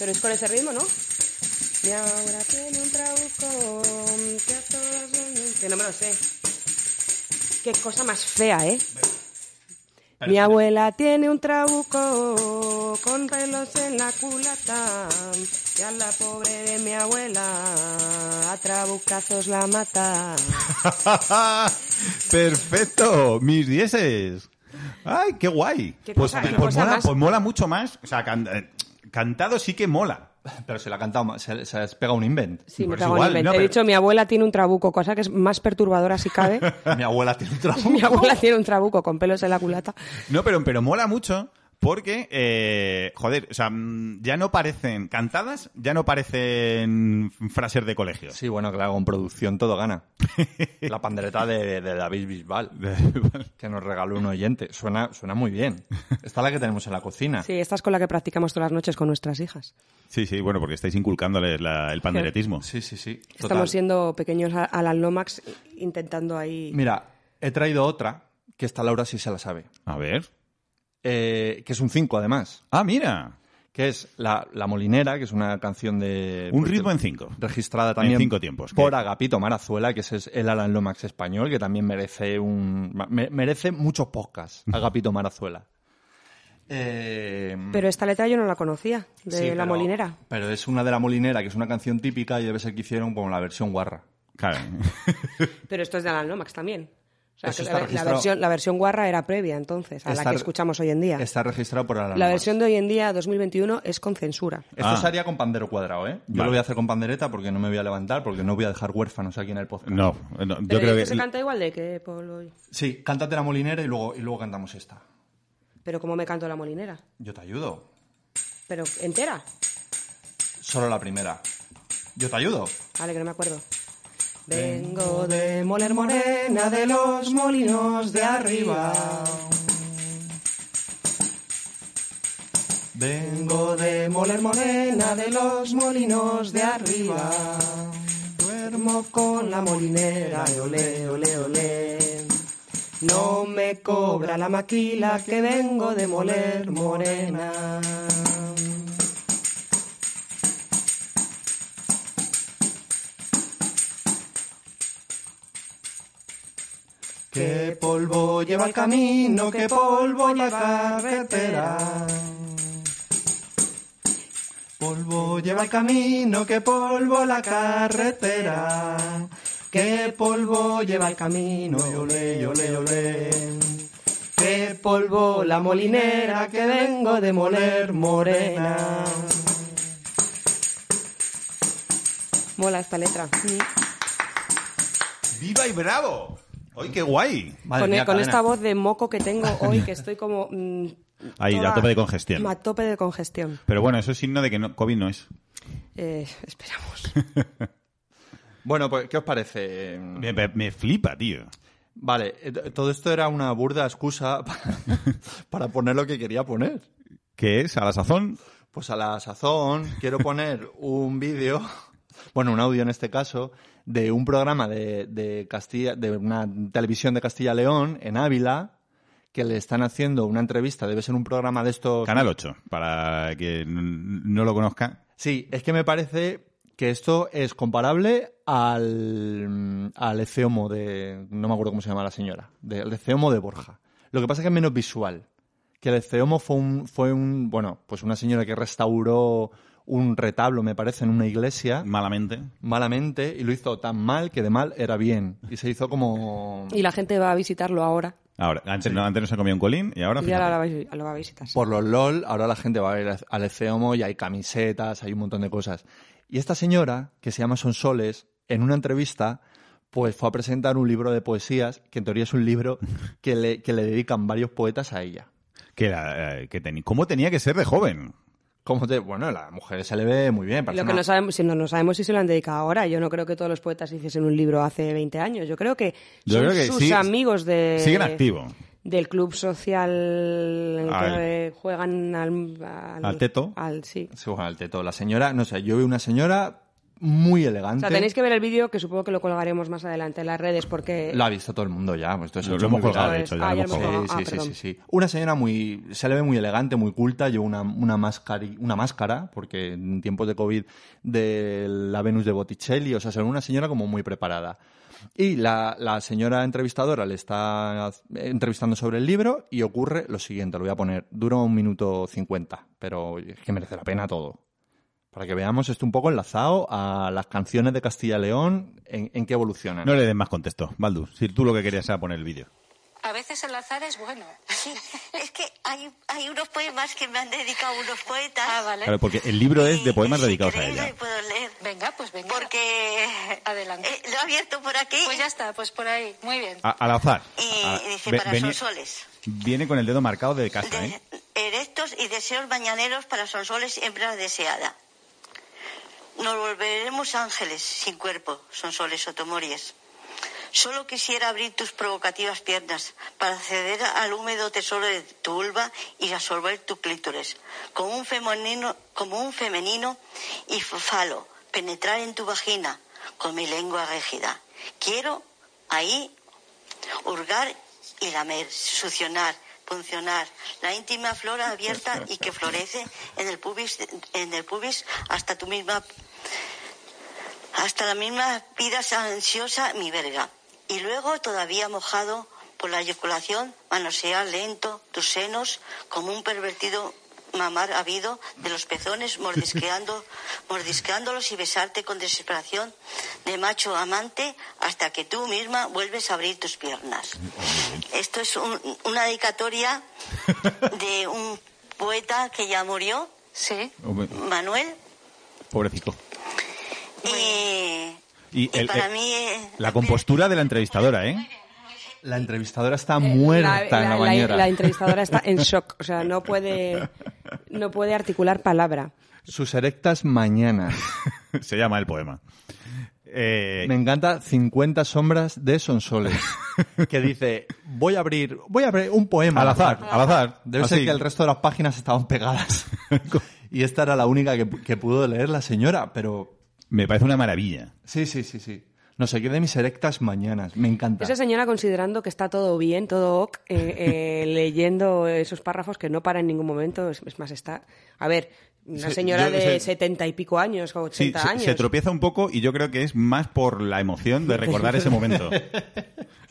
Pero es con ese ritmo, ¿no? Y ahora tiene un trabuco que a todos nos- Que no me lo sé. Qué cosa más fea, ¿eh? Mi abuela tiene un trabuco con pelos en la culata y a la pobre de mi abuela a trabucazos la mata.
Perfecto, mis dieces. Ay, qué guay.
Qué
pues,
cosa,
pues
qué cosa
mola,
más.
pues mola mucho más. O sea, can- eh, cantado sí que mola.
Pero se la ha cantado, más, se, se les pega un invent.
Sí,
Por
me
eso
cago en
igual,
el invento.
no,
He
pero-
dicho, mi abuela tiene un trabuco, cosa que es más perturbadora si cabe.
Mi abuela tiene un trabajo.
mi abuela tiene un trabuco con pelos en la culata.
No, pero, pero mola mucho porque, eh, joder, o sea, mm, ya no parecen cantadas, ya no parecen frases de colegio.
Sí, bueno, claro, con producción todo gana. La pandereta de, de David Bisbal, que nos regaló un oyente. Suena, suena muy bien. Esta es la que tenemos en la cocina.
Sí, esta es con la que practicamos todas las noches con nuestras hijas.
Sí, sí, bueno, porque estáis inculcándoles la- el panderetismo.
sí, sí. sí, total.
Estamos siendo pequeños a- Alan Lomax intentando ahí...
Mira, he traído otra, que esta Laura sí se la sabe.
A ver.
Eh, que es un 5, además.
Ah, mira.
Que es la, la Molinera, que es una canción
Eh,
de...
pues
Un ritmo en cinco.
registrada también
cinco tiempos,
por
que-
Agapito Marazuela, que ese es el Alan Lomax español, que también merece un me- merece muchos podcasts, Agapito Marazuela. Eh,
Pero esta letra yo no la conocía, de
sí,
La
pero-
Molinera.
Pero es una de La Molinera, que es una canción típica y debe ser que hicieron como la versión guarra.
Claro.
Pero esto es de Alan Lomax también. O sea,
Eso
que
está
la, la
registrado.
versión, la versión guarra era previa, entonces, a la
Está-
que escuchamos hoy en día.
Está registrada por Alan
La
Lomax.
versión de hoy en día, 2021, es con censura.
Esto
Ah.
se haría con pandero cuadrado, ¿eh? Yo
Vale.
lo voy a hacer con pandereta porque no me voy a levantar, porque no voy a dejar huérfanos aquí en el podcast.
No, no, yo
Pero
creo
es
que...
que se canta igual de que Polo...
Sí, cántate la molinera y luego, y luego cantamos esta.
Pero ¿cómo me canto La Molinera?
Yo te ayudo.
Pero entera.
Solo la primera. Yo te ayudo.
Vale, que no me acuerdo. Vengo de Moler Morena, de los molinos de arriba.
Vengo de
Moler Morena, de los molinos de arriba. Duermo con la molinera, e ole, ole, ole. No me cobra la maquila que vengo de Moler Morena.
Qué polvo lleva el camino, qué polvo la carretera. Polvo lleva el camino, qué polvo la carretera. Qué polvo lleva el camino, y ole, y ole, y ole. Qué polvo la molinera, que vengo de moler morena.
Mola esta letra.
¡Viva y bravo! ¡Ay, qué guay!
Madre
con
mía,
con
cadena.
esta voz de moco que tengo hoy, que estoy como. mm,
Ahí, a tope de congestión.
A tope de congestión.
Pero bueno, eso es signo de que no- COVID no es.
Eh, esperamos.
Bueno, pues, ¿qué os parece?
Me, me- me flipa, tío.
Vale, eh, t- todo esto era una burda excusa para, para poner lo que quería poner.
Que es a la sazón.
Pues a la sazón quiero poner un vídeo, bueno, un audio en este caso, de un programa de, de Castilla, de una televisión de Castilla y León en Ávila, que le están haciendo una entrevista. Debe ser un programa de estos.
Canal 8, para que n- no lo conozca.
Sí, es que me parece que esto es comparable al, al Eceomo de. No me acuerdo cómo se llama la señora. de- Al Eceomo de Borja. Lo que pasa es que es menos visual. Que el Eceomo fue un, fue un. Bueno, pues una señora que restauró un retablo, me parece, en una iglesia
Mm. Malamente.
malamente y lo hizo tan mal que de mal era bien. Y se hizo como.
Y la gente va a visitarlo ahora.
Ahora, antes, no, antes no se comía un colín y ahora.
Y ahora
fíjate.
la vais- lo va a visitar.
por los LOL, ahora la gente va a ver al Eceomo y hay camisetas, hay un montón de cosas. Y esta señora, que se llama Sonsoles, en una entrevista, pues fue a presentar un libro de poesías, que en teoría es un libro que le, que le dedican varios poetas a ella.
Que era, eh, que teni- ¿Cómo tenía que ser de joven?
Como te, bueno, la mujer se le ve muy bien.
Y
parece
Lo que
una-
no sabemos, si no, no sabemos si se lo han dedicado ahora. Yo no creo que todos los poetas hiciesen un libro hace 20 años. Yo creo que
Yo
son
creo que
sus
sí-
amigos de
Siguen activo.
del club social en el
Al-
que juegan al,
Al teto.
al- sí.
Sí, bueno, el teto, la señora, no sé, yo vi una señora muy elegante.
O sea, tenéis que ver el vídeo que supongo que lo colgaremos más adelante en las redes porque
Lo ha visto todo el mundo ya. pues esto se ha
Lo-
hecho
lo hemos
muy viral.
colgado, de hecho, ya
Ah,
lo
ya
hemos
lo
colgado.
colgado.
Sí,
Ah,
sí, sí,
perdón.
sí, sí. Una señora muy, se le ve muy elegante, muy culta, lleva una, una, mascari- una máscara, porque en tiempos de COVID de la Venus de Botticelli, o sea, se ve una señora como muy preparada. Y la, la señora entrevistadora le está entrevistando sobre el libro y ocurre lo siguiente, lo voy a poner, dura un minuto cincuenta, pero es que merece la pena todo. Para que veamos esto un poco enlazado a las canciones de Castilla y León, en, en qué evolucionan.
No le des más contexto, Baldu. Si tú lo que querías era poner el vídeo.
A veces el azar es bueno.
Sí, es que hay, hay unos poemas que me han dedicado unos poetas.
Ah, vale.
Claro, porque el libro es de
Y-
poemas
y si
dedicados a
queréis
ella.
los puedo leer.
Venga, pues venga.
Porque
Adelante.
eh, Ah. lo he abierto por aquí
Pues ya está, pues por ahí. Muy bien.
A- al azar.
y
A-
dice
ve-
para
veni-
Sonsoles.
Viene con el dedo marcado de casa, ¿eh?
De- erectos y deseos mañaneros para Sonsoles hembra deseada. Nos volveremos ángeles sin cuerpo, Sonsoles Otomories. Solo quisiera abrir tus provocativas piernas para acceder al húmedo tesoro de tu vulva y absorber tu clítores. Como un femenino, como un femenino y falo, penetrar en tu vagina con mi lengua rígida. Quiero ahí hurgar y lamer, succionar, funcionar, la íntima flora abierta y que florece en el pubis, en el pubis hasta tu misma, hasta la misma pidas ansiosa mi verga. Y luego, todavía mojado por la eyaculación, manosear lento tus senos como un pervertido mamar habido de los pezones, mordisqueando, mordisqueándolos y besarte con desesperación de macho amante hasta que tú misma vuelves a abrir tus piernas. Esto es un- una dedicatoria de un poeta que ya murió,
Sí.
Hombre,
Manuel,
Pobrecito.
y,
Y,
y
el-
para
el-
mí... eh,
la compostura de la entrevistadora, ¿eh?
La entrevistadora está muerta en la bañera.
la entrevistadora está en shock, o sea, no puede no puede articular palabra.
Sus erectas mañanas.
Se llama el poema. Eh,
Me encanta 50 sombras de Sonsoles, que dice, voy a abrir, voy a abrir un poema.
al azar, al azar.
Debe
Así.
ser que el resto de las páginas estaban pegadas. y esta era la única que, que pudo leer la señora, pero
Me parece una maravilla.
sí, sí, sí, sí. No sé qué de mis erectas mañanas. Me encanta.
Esa señora considerando que está todo bien, todo ok, eh, eh, leyendo esos párrafos que no para en ningún momento, es, es más, está... A ver, una
Sí,
señora
yo-
de
sí.
setenta y pico años, o
Sí,
ochenta
se,
años.
se tropieza un poco y yo creo que es más por la emoción de recordar ese momento.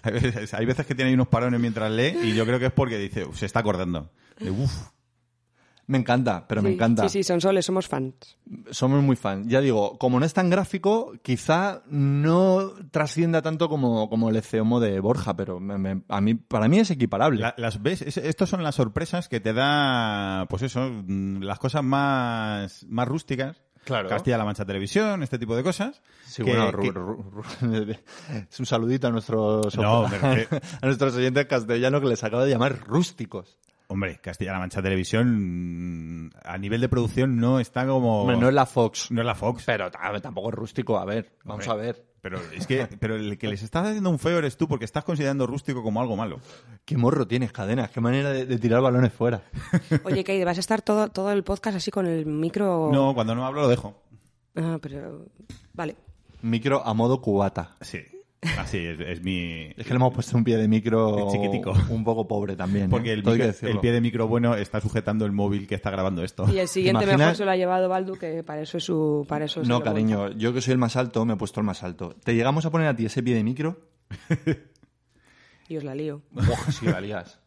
Hay veces, hay veces que tiene ahí unos parones mientras lee y yo creo que es porque dice, "Uf, se está acordando. De, "Uf".
Me encanta, pero me
Sí,
encanta.
Sí, sí, son soles, somos fans.
Somos muy fan. Ya digo, como no es tan gráfico, quizá no trascienda tanto como, como el Eceomo de Borja, pero me- me- a mí, para mí es equiparable.
La- las ves, Es- estos son las sorpresas que te da, pues eso, mm, las cosas más, más rústicas.
Claro.
Castilla-La Mancha Televisión, este tipo de cosas.
Sí,
que-
bueno,
que-
Ru- Ru- Ru- es un saludito a nuestros,
No, pero que-
a nuestros oyentes castellanos que les acabo de llamar rústicos.
hombre, Castilla-La Mancha Televisión mm, a nivel de producción no está como...
Hombre, no es la Fox,
Oh. no es la Fox.
pero ta- tampoco es rústico. A ver, vamos
Hombre.
a ver.
Pero es que, pero el que les estás haciendo un feo eres tú porque estás considerando rústico como algo malo.
Qué morro tienes, cadenas, qué manera de, de tirar balones fuera.
Oye, Keide, ¿vas a estar todo, todo el podcast así con el micro...?
No, cuando no hablo lo dejo.
Ah, pero... Vale.
Micro a modo cubata.
Sí. Así es, es mi.
Es que le hemos puesto un pie de micro
Es chiquitico.
un poco pobre también. ¿eh?
Porque el,
Todo hay que
micro-
decirlo.
el pie de micro bueno está sujetando el móvil que está grabando esto.
Y el siguiente
imaginas?
mejor se lo ha llevado Baldu, que para eso es su... Para eso Pues se
No,
lo monta.
cariño, yo que soy el más alto, me he puesto el más alto. ¿Te llegamos a poner a ti ese pie de micro?
Y os la lío.
Buah, sí, la lías.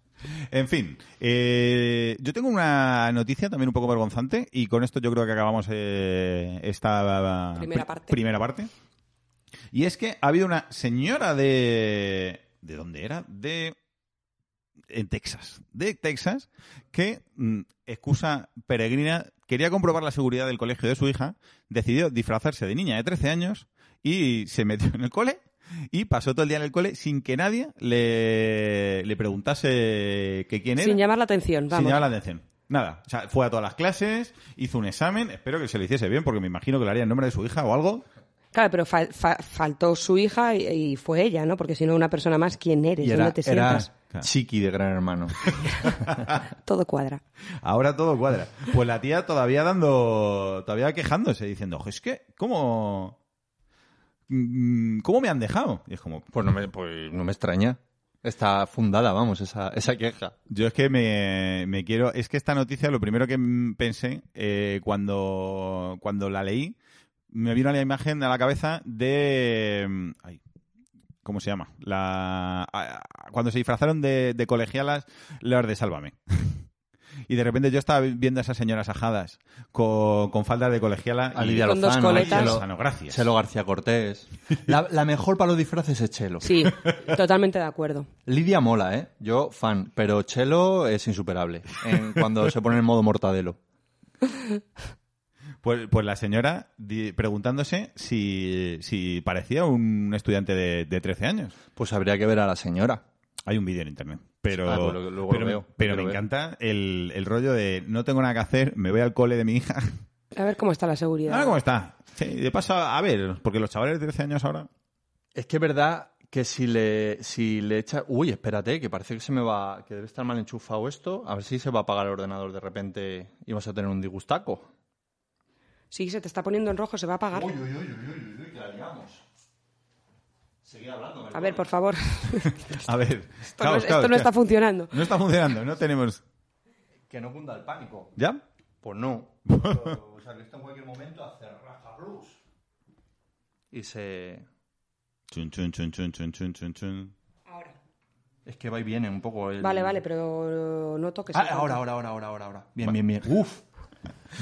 En fin, eh, yo tengo una noticia también un poco vergonzante y con esto yo creo que acabamos eh, esta
Primera
pri-
parte.
primera parte. Y es que ha habido una señora de... ¿De dónde era? De... En Texas. De Texas, que, mm, excusa peregrina, quería comprobar la seguridad del colegio de su hija, decidió disfrazarse de niña de 13 años y se metió en el cole y pasó todo el día en el cole sin que nadie le, le preguntase que quién era.
Sin llamar la atención,
Sin
vamos.
llamar la atención. Nada. O sea, fue a todas las clases, hizo un examen, espero que se lo hiciese bien porque me imagino que lo haría en nombre de su hija o algo.
Claro, pero fal- fa- faltó su hija y, y fue ella, ¿no? Porque si no, una persona más, ¿quién eres?
Y era,
¿Dónde te
era
sientas?
Claro.
chiqui de gran hermano.
Todo cuadra.
Ahora todo cuadra. Pues la tía todavía dando, todavía quejándose, diciendo, "Jo, es que, ¿cómo? mm, ¿Cómo me han dejado? Y es como,
Pues no me, pues no me extraña. Está fundada, vamos, esa, esa queja.
Yo es que me, me quiero. Es que esta noticia, lo primero que mm, pensé eh, cuando, cuando la leí, me vino la imagen a la cabeza de. mm, ay, ¿Cómo se llama? La, a- a- cuando se disfrazaron de, de colegialas, las de Sálvame. Y de repente yo estaba viendo a esas señoras ajadas con, con faldas de colegiala.
A
y-
Lidia
Con dos
Lozano,
coletas.
a Chelo-
Lozano, gracias.
Chelo García Cortés. La, la mejor para los disfraces es Chelo.
Sí, totalmente de acuerdo.
Lidia mola, ¿eh? Yo, fan. Pero Chelo es insuperable en- cuando se pone en modo mortadelo.
Pues, pues la señora di- preguntándose si, si parecía un estudiante de, de 13 años.
Pues habría que ver a la señora.
Hay un vídeo en internet. Pero,
Ah, pues lo- luego
pero,
lo veo,
pero
lo
me
veo.
encanta el, el rollo de no tengo nada que hacer, me voy al cole de mi hija.
A ver cómo está la seguridad.
Ah,
Ahora cómo está. Sí, de paso, a ver, porque los chavales de 13 años ahora.
Es que es verdad que si le, si le echa... Uy, espérate, que parece que se me va... Que debe estar mal enchufado esto. A ver si se va a apagar el ordenador de repente y vas a tener un disgustaco.
Sí, se te está poniendo en rojo, se va a apagar. A ver, por favor.
A ver,
Esto, no, esto no está funcionando.
no está funcionando, no tenemos.
Que no cunda el pánico.
¿Ya?
Pues no. o sea, que esto en cualquier momento hace rajablus. Y se...
Chun, chun, chun, chun, chun, chun, chun, chun.
Es que va y viene un poco el...
Vale, vale, pero no toques.
Mm. Ah,
el
ahora,
botón.
ahora, ahora, ahora, ahora, ahora. Bien, bien, bien. Uf.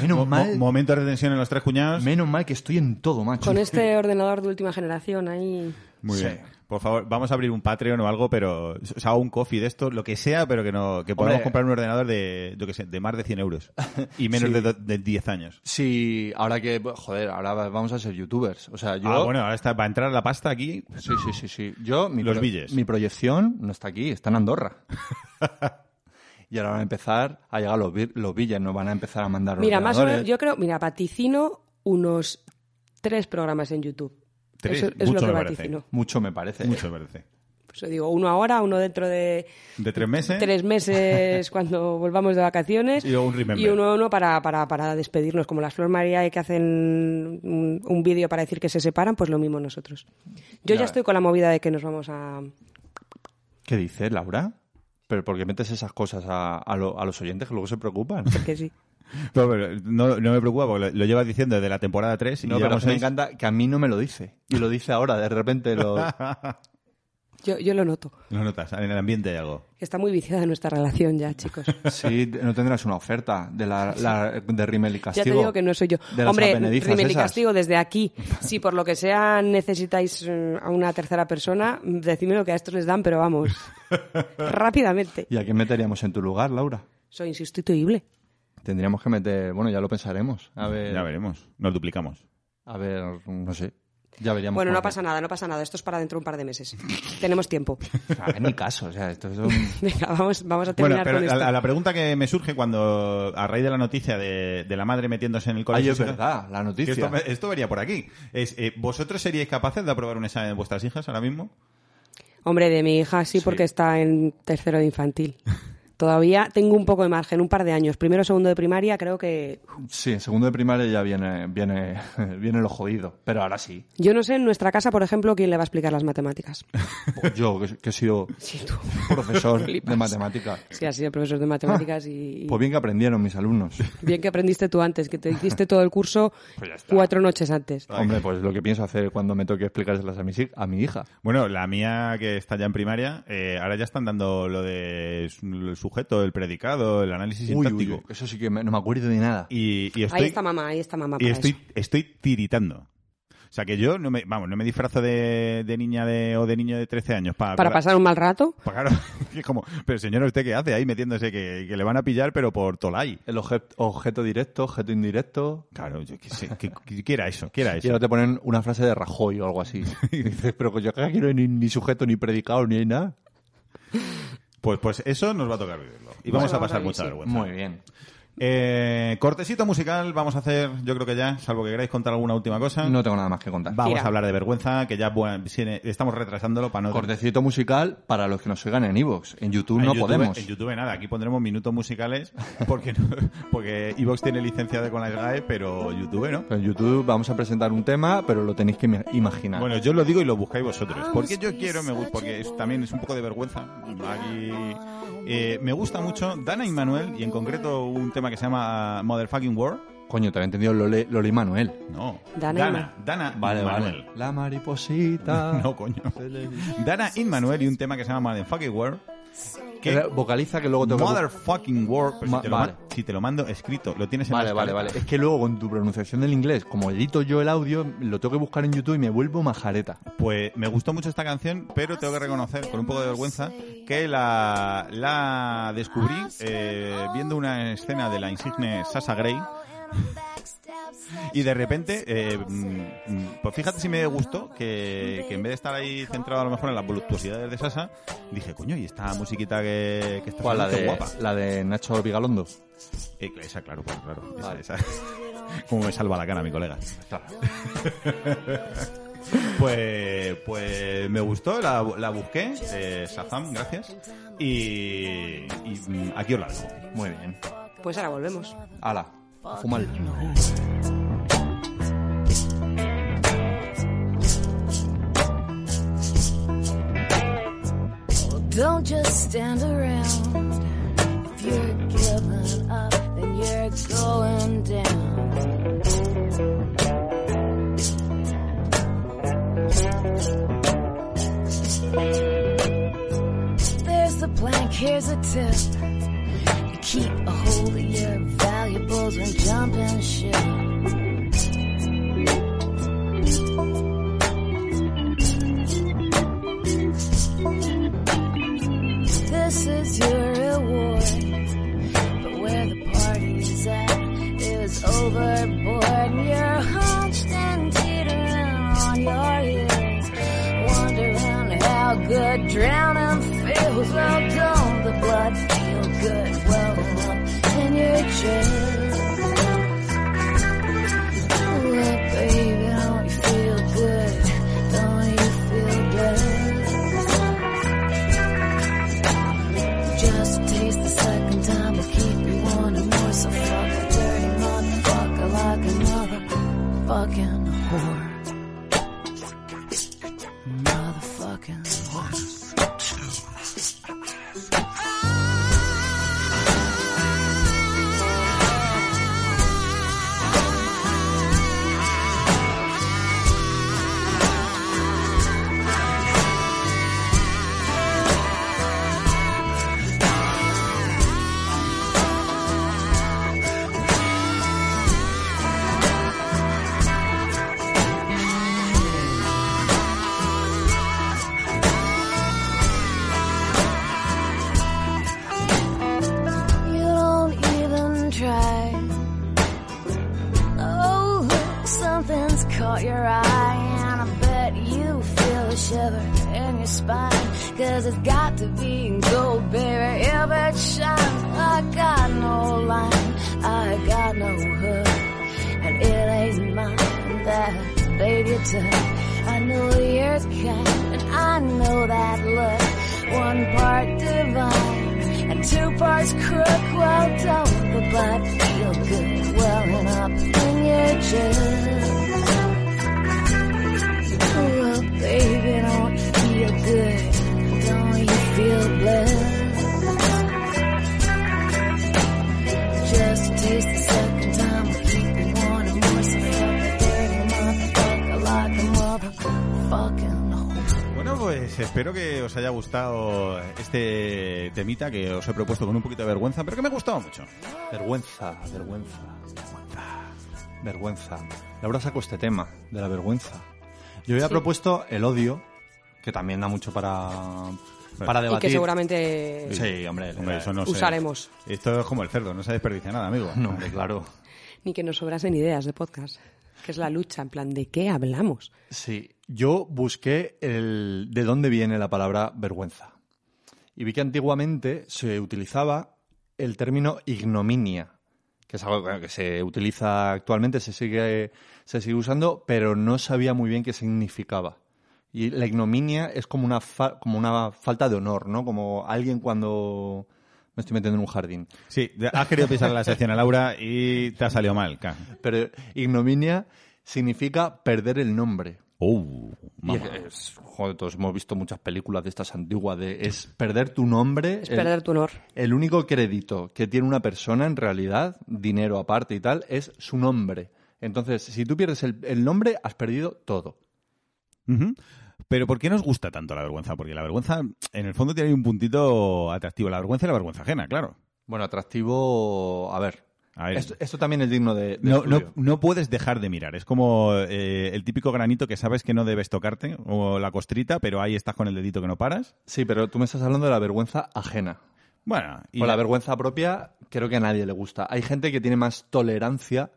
Menos
Mo-
mal...
Momento de retención en los tres cuñados.
Menos mal que estoy en todo, macho.
Con este ordenador de última generación ahí.
Muy
Sí.
bien. Por favor, vamos a abrir un Patreon o algo, pero. O sea, un coffee de esto, lo que sea, pero que no que podamos
Hombre.
comprar un ordenador de, yo que sé, de más de 100 euros. Y menos
Sí.
de, do- de 10 años.
Sí, ahora que, joder, ahora vamos a ser youtubers. O sea, yo...
Ah, bueno, ahora está, va a entrar la pasta aquí.
Sí, sí, sí, sí. Yo, mi,
Los billes.
mi proyección no está aquí, está en Andorra. y ahora van a empezar a llegar los, bi- los billes, nos van a empezar a mandar
Mira, más o menos,
ordenadores.
yo creo, mira, vaticino unos tres programas en YouTube.
Tres,
Eso es
mucho
lo que
me parece.
vaticino.
Mucho me parece. ¿eh?
Mucho, me parece.
Por eso digo, uno ahora, uno dentro de
De tres meses.
tres meses cuando volvamos de vacaciones.
Y luego un remember.
Y uno, uno para, para, para despedirnos. Como las Flor María que hacen un, un vídeo para decir que se separan, pues lo mismo nosotros. Yo ya,
Ya.
estoy con la movida de que nos vamos a.
¿Qué dices, Laura? Pero porque metes esas cosas a, a lo- a los oyentes que luego se preocupan.
que sí.
Pero, pero, no, no me preocupa porque lo, lo llevas diciendo desde la temporada 3 y
No, pero
llevamos
me
seis.
encanta que a mí no me lo dice. Y lo dice ahora, de repente lo...
Yo, yo lo noto.
Lo notas, en el ambiente hay algo.
Está muy viciada nuestra relación ya, chicos.
Sí, te- no tendrás una oferta de la, la- de Rimmel y
Ya
Castigo.
te digo que no soy yo.
De las
Hombre,
apenedizas
Rimmel y
esas.
Castigo, desde aquí, si por lo que sea necesitáis eh, a una tercera persona, decidme lo que a estos les dan, pero vamos, rápidamente.
¿Y a quién meteríamos en tu lugar, Laura?
Soy insustituible.
Tendríamos que meter... Bueno, ya lo pensaremos. A ver...
Ya veremos. Nos duplicamos.
A ver, no sé. Ya veríamos.
Bueno,
cómo-
no pasa nada, no pasa nada. Esto es para dentro de un par de meses. Tenemos tiempo.
Ah, En mi caso, o sea, esto es un...
Venga, vamos, vamos a
Bueno,
terminar
pero
con
a
esto.
la, a la pregunta que me surge cuando, a raíz de la noticia de, de la madre metiéndose en el
Ay,
colegio...
es verdad, la
que
noticia.
esto, me- esto venía por aquí. Es, eh, ¿Vosotros seríais capaces de aprobar un examen de vuestras hijas ahora mismo?
Hombre, de mi hija sí, porque está en tercero de infantil. Todavía tengo un poco de margen, un par de años. Primero, segundo de primaria, creo que...
Sí, en segundo de primaria ya viene, viene, viene lo jodido. Pero ahora sí.
Yo no sé en nuestra casa, por ejemplo, quién le va a explicar las matemáticas.
Yo, que, que he sido
Sí, tú.
profesor de
Flipas.
matemáticas.
Sí, ha sido profesor de matemáticas y... y
Pues bien que aprendieron mis alumnos.
Bien que aprendiste tú antes, que te hiciste todo el curso
Pues ya está.
cuatro noches antes.
Hombre, pues lo que pienso hacer cuando me toque explicárselas a mi, hij- a mi hija.
Bueno, la mía que está ya en primaria, eh, ahora ya están dando lo de su- el sujeto, el predicado, el análisis sintáctico.
eso sí que me- no me acuerdo de nada.
Y, y
Ahí
estoy,
está mamá, ahí está mamá.
y
para
estoy,
eso.
estoy tiritando. O sea que yo no me, vamos, no me disfrazo de, de niña de, o de niño de 13 años para,
Para pasar un mal rato.
Pues claro, es como, pero señora, ¿usted qué hace ahí metiéndose que, que le van a pillar, pero por Tolai?
El objeto, objeto directo, objeto indirecto.
Claro, yo qué sé, que, que- que era eso, que era
Y
eso.
ahora te ponen una frase de Rajoy o algo así. Y dices, pero que yo que quiero ni, ni sujeto, ni predicado, ni nada.
Pues, pues eso nos va a tocar vivirlo. Y vamos
Bueno,
a pasar
vale,
mucha
sí.
vergüenza.
bien.
Eh, cortecito musical vamos a hacer, yo creo que ya, salvo que queráis contar alguna última cosa.
No tengo nada más que contar.
Vamos
Tira.
a hablar de vergüenza, que ya bueno, viene- estamos retrasándolo para no...
Cortecito musical para los que nos oigan en Evox. En YouTube
En
no
YouTube-
podemos.
En YouTube nada, aquí pondremos minutos musicales porque no- porque Evox tiene licencia de con la SGAE, pero YouTube no.
Pero en YouTube vamos a presentar un tema, pero lo tenéis que ima- imaginar.
Bueno, yo lo digo y lo buscáis vosotros. Porque yo quiero, me gu- porque es- también es un poco de vergüenza. Aquí eh, me gusta mucho Dana y Manuel y en concreto un tema que se llama Motherfucking War.
Coño, te había entendido Lole, Lole y Manuel.
No.
Dana y
Dana, Dana y Manuel.
La mariposita.
No, coño. Dana y Manuel y un tema que se llama Motherfucking War. que-
Era- vocaliza que luego te
Motherfucking War. Pero
Ma-
si, te lo ma-
vale.
si te lo mando escrito, lo tienes en
Vale,
la
vale, vale.
escaleta.
Es que luego con tu pronunciación del inglés, como edito yo el audio, lo tengo que buscar en YouTube y me vuelvo majareta.
Pues me gustó mucho esta canción, pero tengo que reconocer, con un poco de vergüenza, que la, la descubrí eh, viendo una escena de la insigne Sasha Grey. Y de repente, eh, mm, mm, pues fíjate si me gustó que, que en vez de estar ahí centrado a lo mejor en las voluptuosidades de Sasa, dije, coño, y esta musiquita que, que está
¿Cuál? Pues
sonando, Pues
La
qué
de,
guapa.
la de Nacho Vigalondo.
Eh, esa, claro, claro, claro. Esa,
Vale.
esa. Como me salva la cara mi colega. Pues, pues me gustó, la, la busqué, eh, Shazam, gracias. Y, y, mm, aquí os la dejo.
Muy bien.
Pues ahora volvemos.
Ala, a fumar.
Don't just stand around. If you're giving up, then you're going down. There's the plank, here's a tip. You keep a hold of your valuables when jumping ship. This is your reward. But where the party's at is overboard. And You're hunched and teetering on your heels. Wondering how good drowning feels. Well, don't the blood feel good? Well, up in your chest. Look, baby, don't Motherfucking You don't even try. Oh, look, something's caught your eye, and I bet you feel a shiver in your spine. Cause it's got to be gold, baby. Every shine. I got no line, I got no hood, and it ain't mine that laid you took. I know you're kind, and I know that look. One part divine and two parts crook. Well, don't the blood feel good welling up in your chest? Well, baby, don't you feel good. Don't you feel blessed? Just a taste the second time. I keep you wanting more. So fuck the dirty motherfucker like a motherfucking hoe.
Bueno, pues espero que os haya gustado este temita que os he propuesto con un poquito de vergüenza, pero que me ha gustado mucho.
Vergüenza, vergüenza, vergüenza. Vergüenza. Laura sacó este tema de la vergüenza. Yo había propuesto el odio, que también da mucho para, para
Y
debatir.
que seguramente
Sí, hombre,
Hombre, eso no sé.
usaremos.
Esto es como el cerdo, no se desperdicia nada, amigo.
No, hombre, claro.
Ni que nos sobrasen ideas de podcast. Que es la lucha, en plan, ¿de qué hablamos?
Sí, yo busqué el de dónde viene la palabra vergüenza. Y vi que antiguamente se utilizaba el término ignominia, que es algo que se utiliza actualmente, se sigue, se sigue usando, pero no sabía muy bien qué significaba. Y la ignominia es como una, fa- como una falta de honor, ¿no? Como alguien cuando me estoy metiendo en un jardín.
Sí, has querido pisar la sección a Laura y te ha salido mal. ca-
Pero ignominia significa perder el nombre.
Uh,
Y
mamá.
es- eh, joder, todos hemos visto muchas películas de estas antiguas de es perder tu nombre.
Es
el-
perder tu honor.
El único crédito que tiene una persona en realidad, dinero aparte y tal, es su nombre. Entonces, si tú pierdes el, el nombre, has perdido todo.
Ujú. Pero ¿por qué nos gusta tanto la vergüenza? Porque la vergüenza, en el fondo, tiene un puntito atractivo. La vergüenza y la vergüenza ajena, claro.
Bueno, atractivo. A ver.
A ver.
Esto, esto también es digno de. de
No, no-
estudio.
no puedes dejar de mirar. Es como eh, el típico granito que sabes que no debes tocarte, o la costrita, pero ahí estás con el dedito que no paras.
Sí, pero tú me estás hablando de la vergüenza ajena.
Bueno, y
Con la vergüenza propia, creo que a nadie le gusta. Hay gente que tiene más tolerancia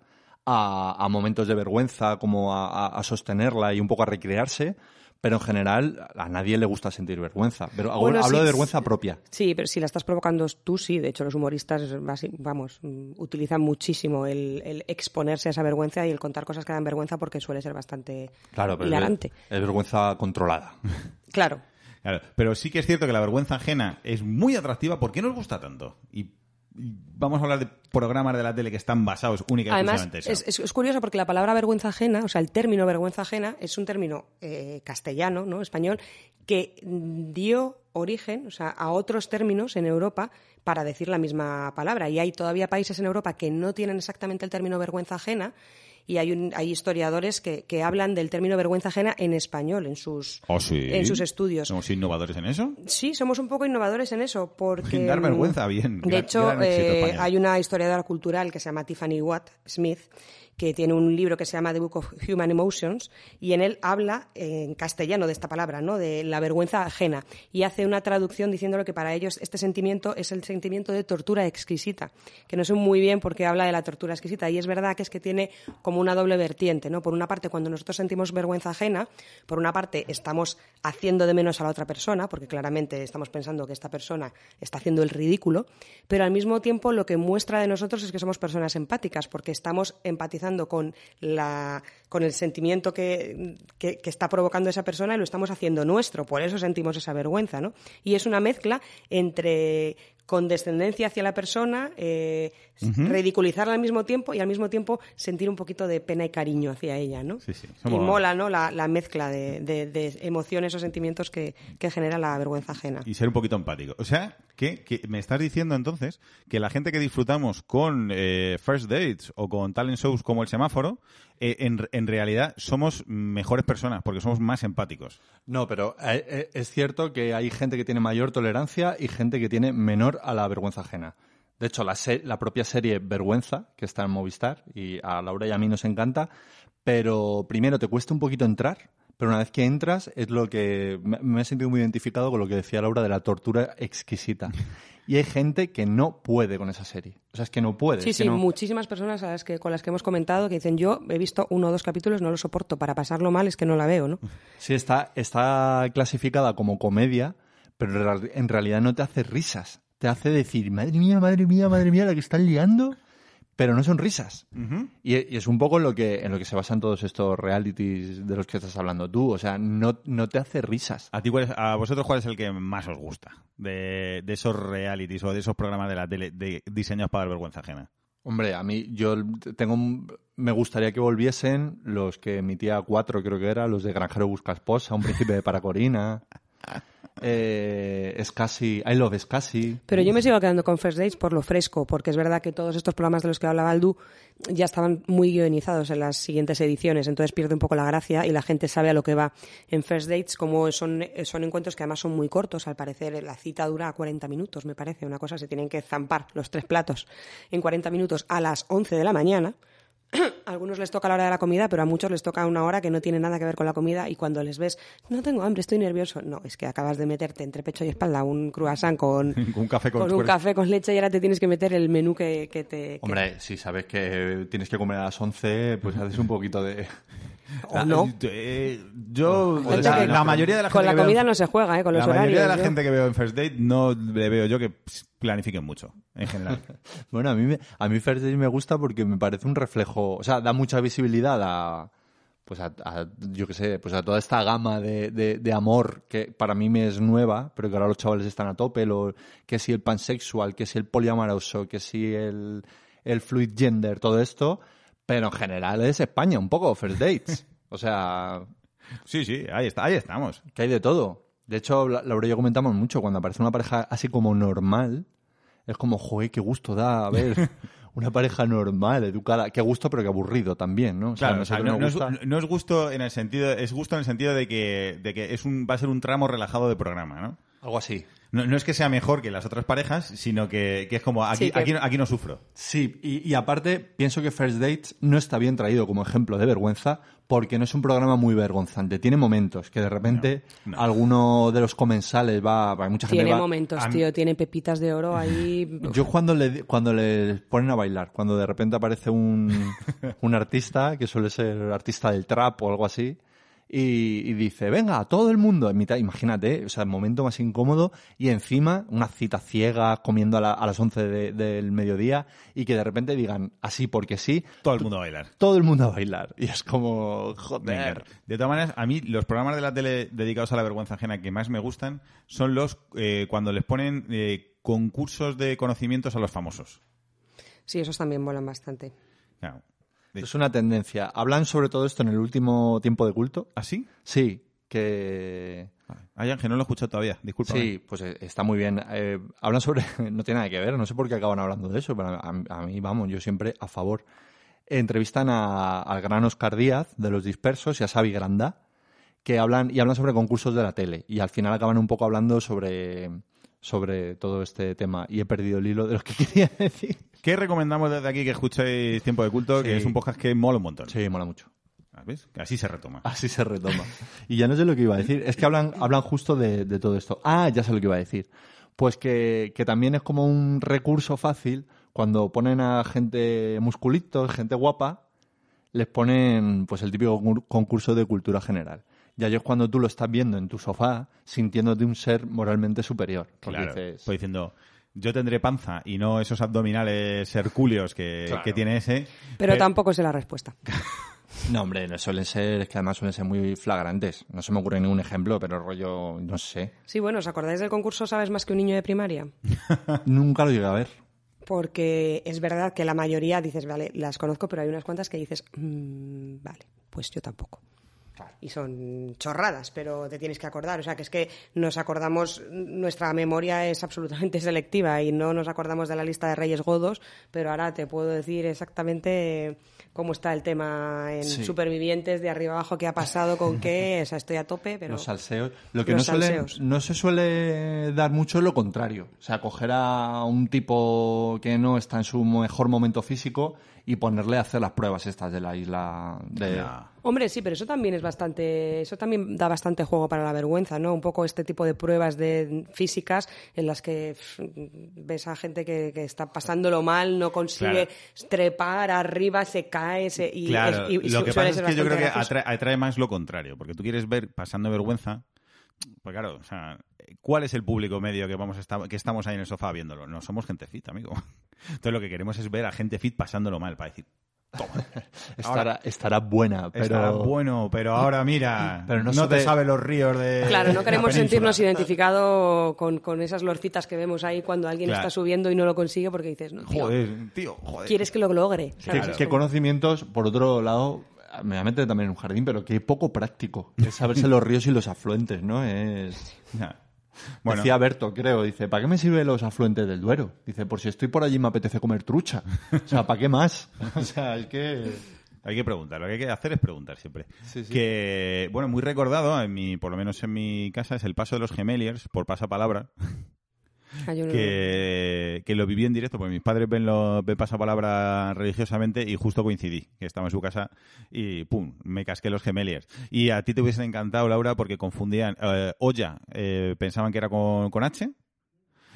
a, a momentos de vergüenza, como a, a- a sostenerla y un poco a recrearse, pero en general a nadie le gusta sentir vergüenza. Pero hago-
Bueno,
hablo
sí,
de
sí.
vergüenza propia.
Sí, pero si la estás provocando tú, sí. De hecho, los humoristas, basi- vamos, mm, utilizan muchísimo el, el exponerse a esa vergüenza y el contar cosas que dan vergüenza porque suele ser bastante
Claro, pero
hilarante.
es, es vergüenza controlada.
Claro.
Claro, pero sí que es cierto que la vergüenza ajena es muy atractiva. ¿Por qué nos gusta tanto? Y, y vamos a hablar de programas de la tele que están basados únicamente
Además,
en eso.
es, es- es curioso porque la palabra vergüenza ajena, o sea, el término vergüenza ajena, es un término eh, castellano, ¿no? Español, que dio origen, o sea, a otros términos en Europa para decir la misma palabra. Y hay todavía países en Europa que no tienen exactamente el término vergüenza ajena y hay, un- hay historiadores que, que hablan del término vergüenza ajena en español, en sus,
Oh, sí.
en sus estudios.
¿Somos innovadores en eso?
Sí, somos un poco innovadores en eso, porque... mm,
Sin dar vergüenza, bien.
De
Gran-
hecho,
gran éxito
eh,
español.
hay una historiadora cultural que se llama Tiffany Watt Smith, que tiene un libro que se llama The Book of Human Emotions, y en él habla eh, en castellano de esta palabra, ¿no? De la vergüenza ajena. Y hace una traducción diciéndolo que para ellos este sentimiento es el sentimiento de tortura exquisita, que no sé muy bien por qué habla de la tortura exquisita. Y es verdad que es que tiene como una doble vertiente, ¿no? Por una parte, cuando nosotros sentimos vergüenza ajena, por una parte estamos haciendo de menos a la otra persona, porque claramente estamos pensando que esta persona está haciendo el ridículo, pero al mismo tiempo lo que muestra de nosotros es que somos personas empáticas, porque estamos empatizando con, la, con el sentimiento que, que- que está provocando esa persona y lo estamos haciendo nuestro, por eso sentimos esa vergüenza, ¿no? Y es una mezcla entre condescendencia hacia la persona, eh, ridiculizarla al mismo tiempo y al mismo tiempo sentir un poquito de pena y cariño hacia ella, ¿no?
Sí, sí,
Y
somos-
mola, ¿no? La, la mezcla de, de- de emociones o sentimientos que, que genera la vergüenza ajena.
Y ser un poquito empático. O sea, que, que me estás diciendo entonces que la gente que disfrutamos con eh, First Dates o con talent shows como el semáforo, eh, en, en realidad somos mejores personas porque somos más empáticos.
No, pero eh, eh, es cierto que hay gente que tiene mayor tolerancia y gente que tiene menor a la vergüenza ajena. De hecho, la, se- la propia serie Vergüenza, que está en Movistar, y a Laura y a mí nos encanta, pero primero te cuesta un poquito entrar, pero una vez que entras es lo que me, me he sentido muy identificado con lo que decía Laura de la tortura exquisita. Y hay gente que no puede con esa serie. O sea, es que no puede.
Sí,
es que
sí,
no-
muchísimas personas a las que, con las que hemos comentado que dicen yo he visto uno o dos capítulos, no lo soporto, para pasarlo mal es que no la veo, ¿no?
Sí, está, está clasificada como comedia, pero en real- en realidad no te hace risas. Te hace decir, madre mía, madre mía, madre mía, la que están liando, pero no son risas. y, e- y es un poco lo que, en lo que se basan todos estos realities de los que estás hablando tú. O sea, no, no te hace risas.
¿A, ti cuál es- ¿A vosotros cuál es el que más os gusta de, de esos realities o de esos programas de la tele de diseñados para dar vergüenza ajena?
Hombre, a mí yo tengo un- me gustaría que volviesen los que emitía cuatro, creo que era, los de Granjero Busca Esposa, Un Príncipe de Paracorina. Eh, es casi, I love es casi.
Pero yo me sigo quedando con First Dates por lo fresco, porque es verdad que todos estos programas de los que hablaba Aldu ya estaban muy guionizados en las siguientes ediciones, entonces pierde un poco la gracia y la gente sabe a lo que va. En First Dates, como son, son encuentros que además son muy cortos, al parecer la cita dura 40 minutos, me parece, una cosa, se tienen que zampar los tres platos en 40 minutos a las 11 de la mañana. A algunos les toca la hora de la comida, pero a muchos les toca una hora que no tiene nada que ver con la comida y cuando les ves, no tengo hambre, estoy nervioso. No, es que acabas de meterte entre pecho y espalda un croissant con,
Un café con
un
suerte.
café con leche y ahora te tienes que meter el menú que, que te... que-
Hombre, si sabes que tienes que comer a las 11, pues haces un poquito de...
o no.
Ah, Eh, yo,
Gente
la,
que-
la mayoría de la gente
Con la
que veo-
comida no se juega, ¿eh? Con los
la mayoría de la
horarios, yo-
gente que veo en First Date no le veo yo que pss, planifiquen mucho, en general.
Bueno, a mí, me- a mí First Dates me gusta porque me parece un reflejo, o sea, da mucha visibilidad a, pues a, a- yo qué sé, pues a toda esta gama de, de- de amor que para mí me es nueva, pero que ahora los chavales están a tope, lo, que si el pansexual, que si el poliamoroso, que si el, el fluid gender, todo esto, pero en general es España un poco, First Dates. O sea,
Sí, sí, ahí, está, ahí estamos.
Que hay de todo. De hecho, la- Laura y yo comentamos mucho, cuando aparece una pareja así como normal, es como, joder, qué gusto da a ver una pareja normal, educada. Qué gusto, pero qué aburrido también, ¿no? O sea, a
Claro, o sea, no,
nosotros
no
nos
es,
gusta-
no es gusto en el sentido, es gusto en el sentido de que, de que es un, va a ser un tramo relajado de programa, ¿no?
Algo así.
No, no es que sea mejor que las otras parejas, sino que, que es como aquí,
Sí, que-
aquí, aquí no sufro.
Sí, y, y aparte, pienso que First Dates no está bien traído como ejemplo de vergüenza, porque no es un programa muy vergonzante. Tiene momentos que de repente
No, no.
alguno de los comensales va. va- Mucha gente
Tiene
va-
momentos,
a mí-
tío, tiene pepitas de oro ahí...
Yo cuando le cuando les ponen a bailar, cuando de repente aparece un, un artista, que suele ser artista del trap o algo así, y, y dice, venga, todo el mundo, en mitad, imagínate, o sea, el momento más incómodo, y encima una cita ciega, comiendo a, la- a las 11 de- del mediodía, y que de repente digan, así porque sí,
Todo el mundo va a bailar.
todo el mundo a bailar. Y es como, joder.
Venga. De todas maneras, a mí los programas de la tele dedicados a la vergüenza ajena que más me gustan son los eh, cuando les ponen eh, concursos de conocimientos a los famosos.
Sí, esos también volan bastante.
Claro. De-
Es una tendencia. Hablan sobre todo esto en el último tiempo de culto.
¿Así?
Sí, que...
Ay, Ah, Ángel, no lo he escuchado todavía. Disculpa.
Sí, pues eh, está muy bien. Eh, hablan sobre. No tiene nada que ver, no sé por qué acaban hablando de eso, pero a, a mí, vamos, yo siempre a favor. Entrevistan a- al gran Oscar Díaz de Los Dispersos y a Xavi Granda, que hablan y hablan sobre concursos de la tele. Y al final acaban un poco hablando sobre, sobre todo este tema. Y he perdido el hilo de lo que quería decir.
¿Qué recomendamos desde aquí que escuchéis Tiempo de Culto? Que
Sí.
es un podcast que mola un montón. Ah,
Sí, Ah, mola mucho.
¿Ves? Que Así se retoma.
Así se retoma. Y ya no sé lo que iba a decir. Es que hablan, hablan justo de, de todo esto. Ah, ya sé lo que iba a decir. Pues que, que también es como un recurso fácil cuando ponen a gente musculitos, gente guapa, les ponen pues el típico concur- concurso de cultura general. Y ahí es cuando tú lo estás viendo en tu sofá, sintiéndote un ser moralmente superior. Porque
Claro.
dices,
Pues diciendo, yo tendré panza y no esos abdominales hercúleos que,
Claro.
que tiene ese.
Pero tampoco sé la respuesta.
No, hombre, no suelen ser, es que además suelen ser muy flagrantes. No se me ocurre ningún ejemplo, pero rollo, no sé.
Sí, bueno, ¿os acordáis del concurso Sabes más que un niño de primaria?
Nunca lo llegué a ver.
Porque es verdad que la mayoría dices, vale, las conozco, pero hay unas cuantas que dices, "Mm, vale, pues yo tampoco. Y son chorradas, pero te tienes que acordar. O sea, que es que nos acordamos, nuestra memoria es absolutamente selectiva y no nos acordamos de la lista de Reyes Godos, pero ahora te puedo decir exactamente cómo está el tema en
Sí.
Supervivientes, de arriba abajo, qué ha pasado, con qué. O sea, estoy a tope, pero.
Los salseos. Lo que
Los
no, suele-
salseos.
no se suele dar mucho es lo contrario. O sea, coger a un tipo que no está en su mejor momento físico y ponerle a hacer las pruebas estas de la isla de...
Ya.
Hombre, sí, pero eso también es bastante, eso también da bastante juego para la vergüenza, ¿no? Un poco este tipo de pruebas de físicas en las que pff, ves a gente que, que está pasándolo mal, no consigue trepar arriba, se cae, se, y,
Claro,
y- y
lo
su-
que pasa
suele
es
ser
que yo
bastante
creo que
gracioso.
atrae, atrae más lo contrario, porque tú quieres ver pasando vergüenza. Pues claro, o sea, ¿cuál es el público medio que vamos a esta- que estamos ahí en el sofá viéndolo? No somos gente fit, amigo. Entonces lo que queremos es ver a gente fit pasándolo mal para decir, toma,
Estará, estará buena, pero...
estará bueno, pero ahora mira,
Pero
no,
no
te
sabe-
sabe los ríos de
Claro, no
la
queremos
península".
sentirnos identificados con, con esas lorcitas que vemos ahí cuando alguien
Claro.
está subiendo y no lo consigue porque dices, no, tío,
Joder, tío, joder.
quieres que lo logre.
¿Qué,
¿sabes?
qué conocimientos, por otro lado, me voy a meter también en un jardín, pero qué poco práctico es saberse los ríos y los afluentes, ¿no? Es...
Ya. Bueno,
Decía Berto, creo, dice, ¿para qué me sirven los afluentes del Duero? Dice, por si estoy por allí y me apetece comer trucha. O sea, ¿para qué más? O sea, es que...
Hay que preguntar, lo que hay que hacer es preguntar siempre.
Sí, sí.
Que, bueno, muy recordado, en mi, por lo menos en mi casa, es el paso de los gemeliers por pasapalabra,
Hay un-
que, que lo viví en directo, porque mis padres ven, lo, ven pasapalabra religiosamente y justo coincidí, que estaba en su casa y pum, me casqué los gemeliers. Y a ti te hubiesen encantado, Laura, porque confundían, eh, olla, eh, pensaban que era con, con H.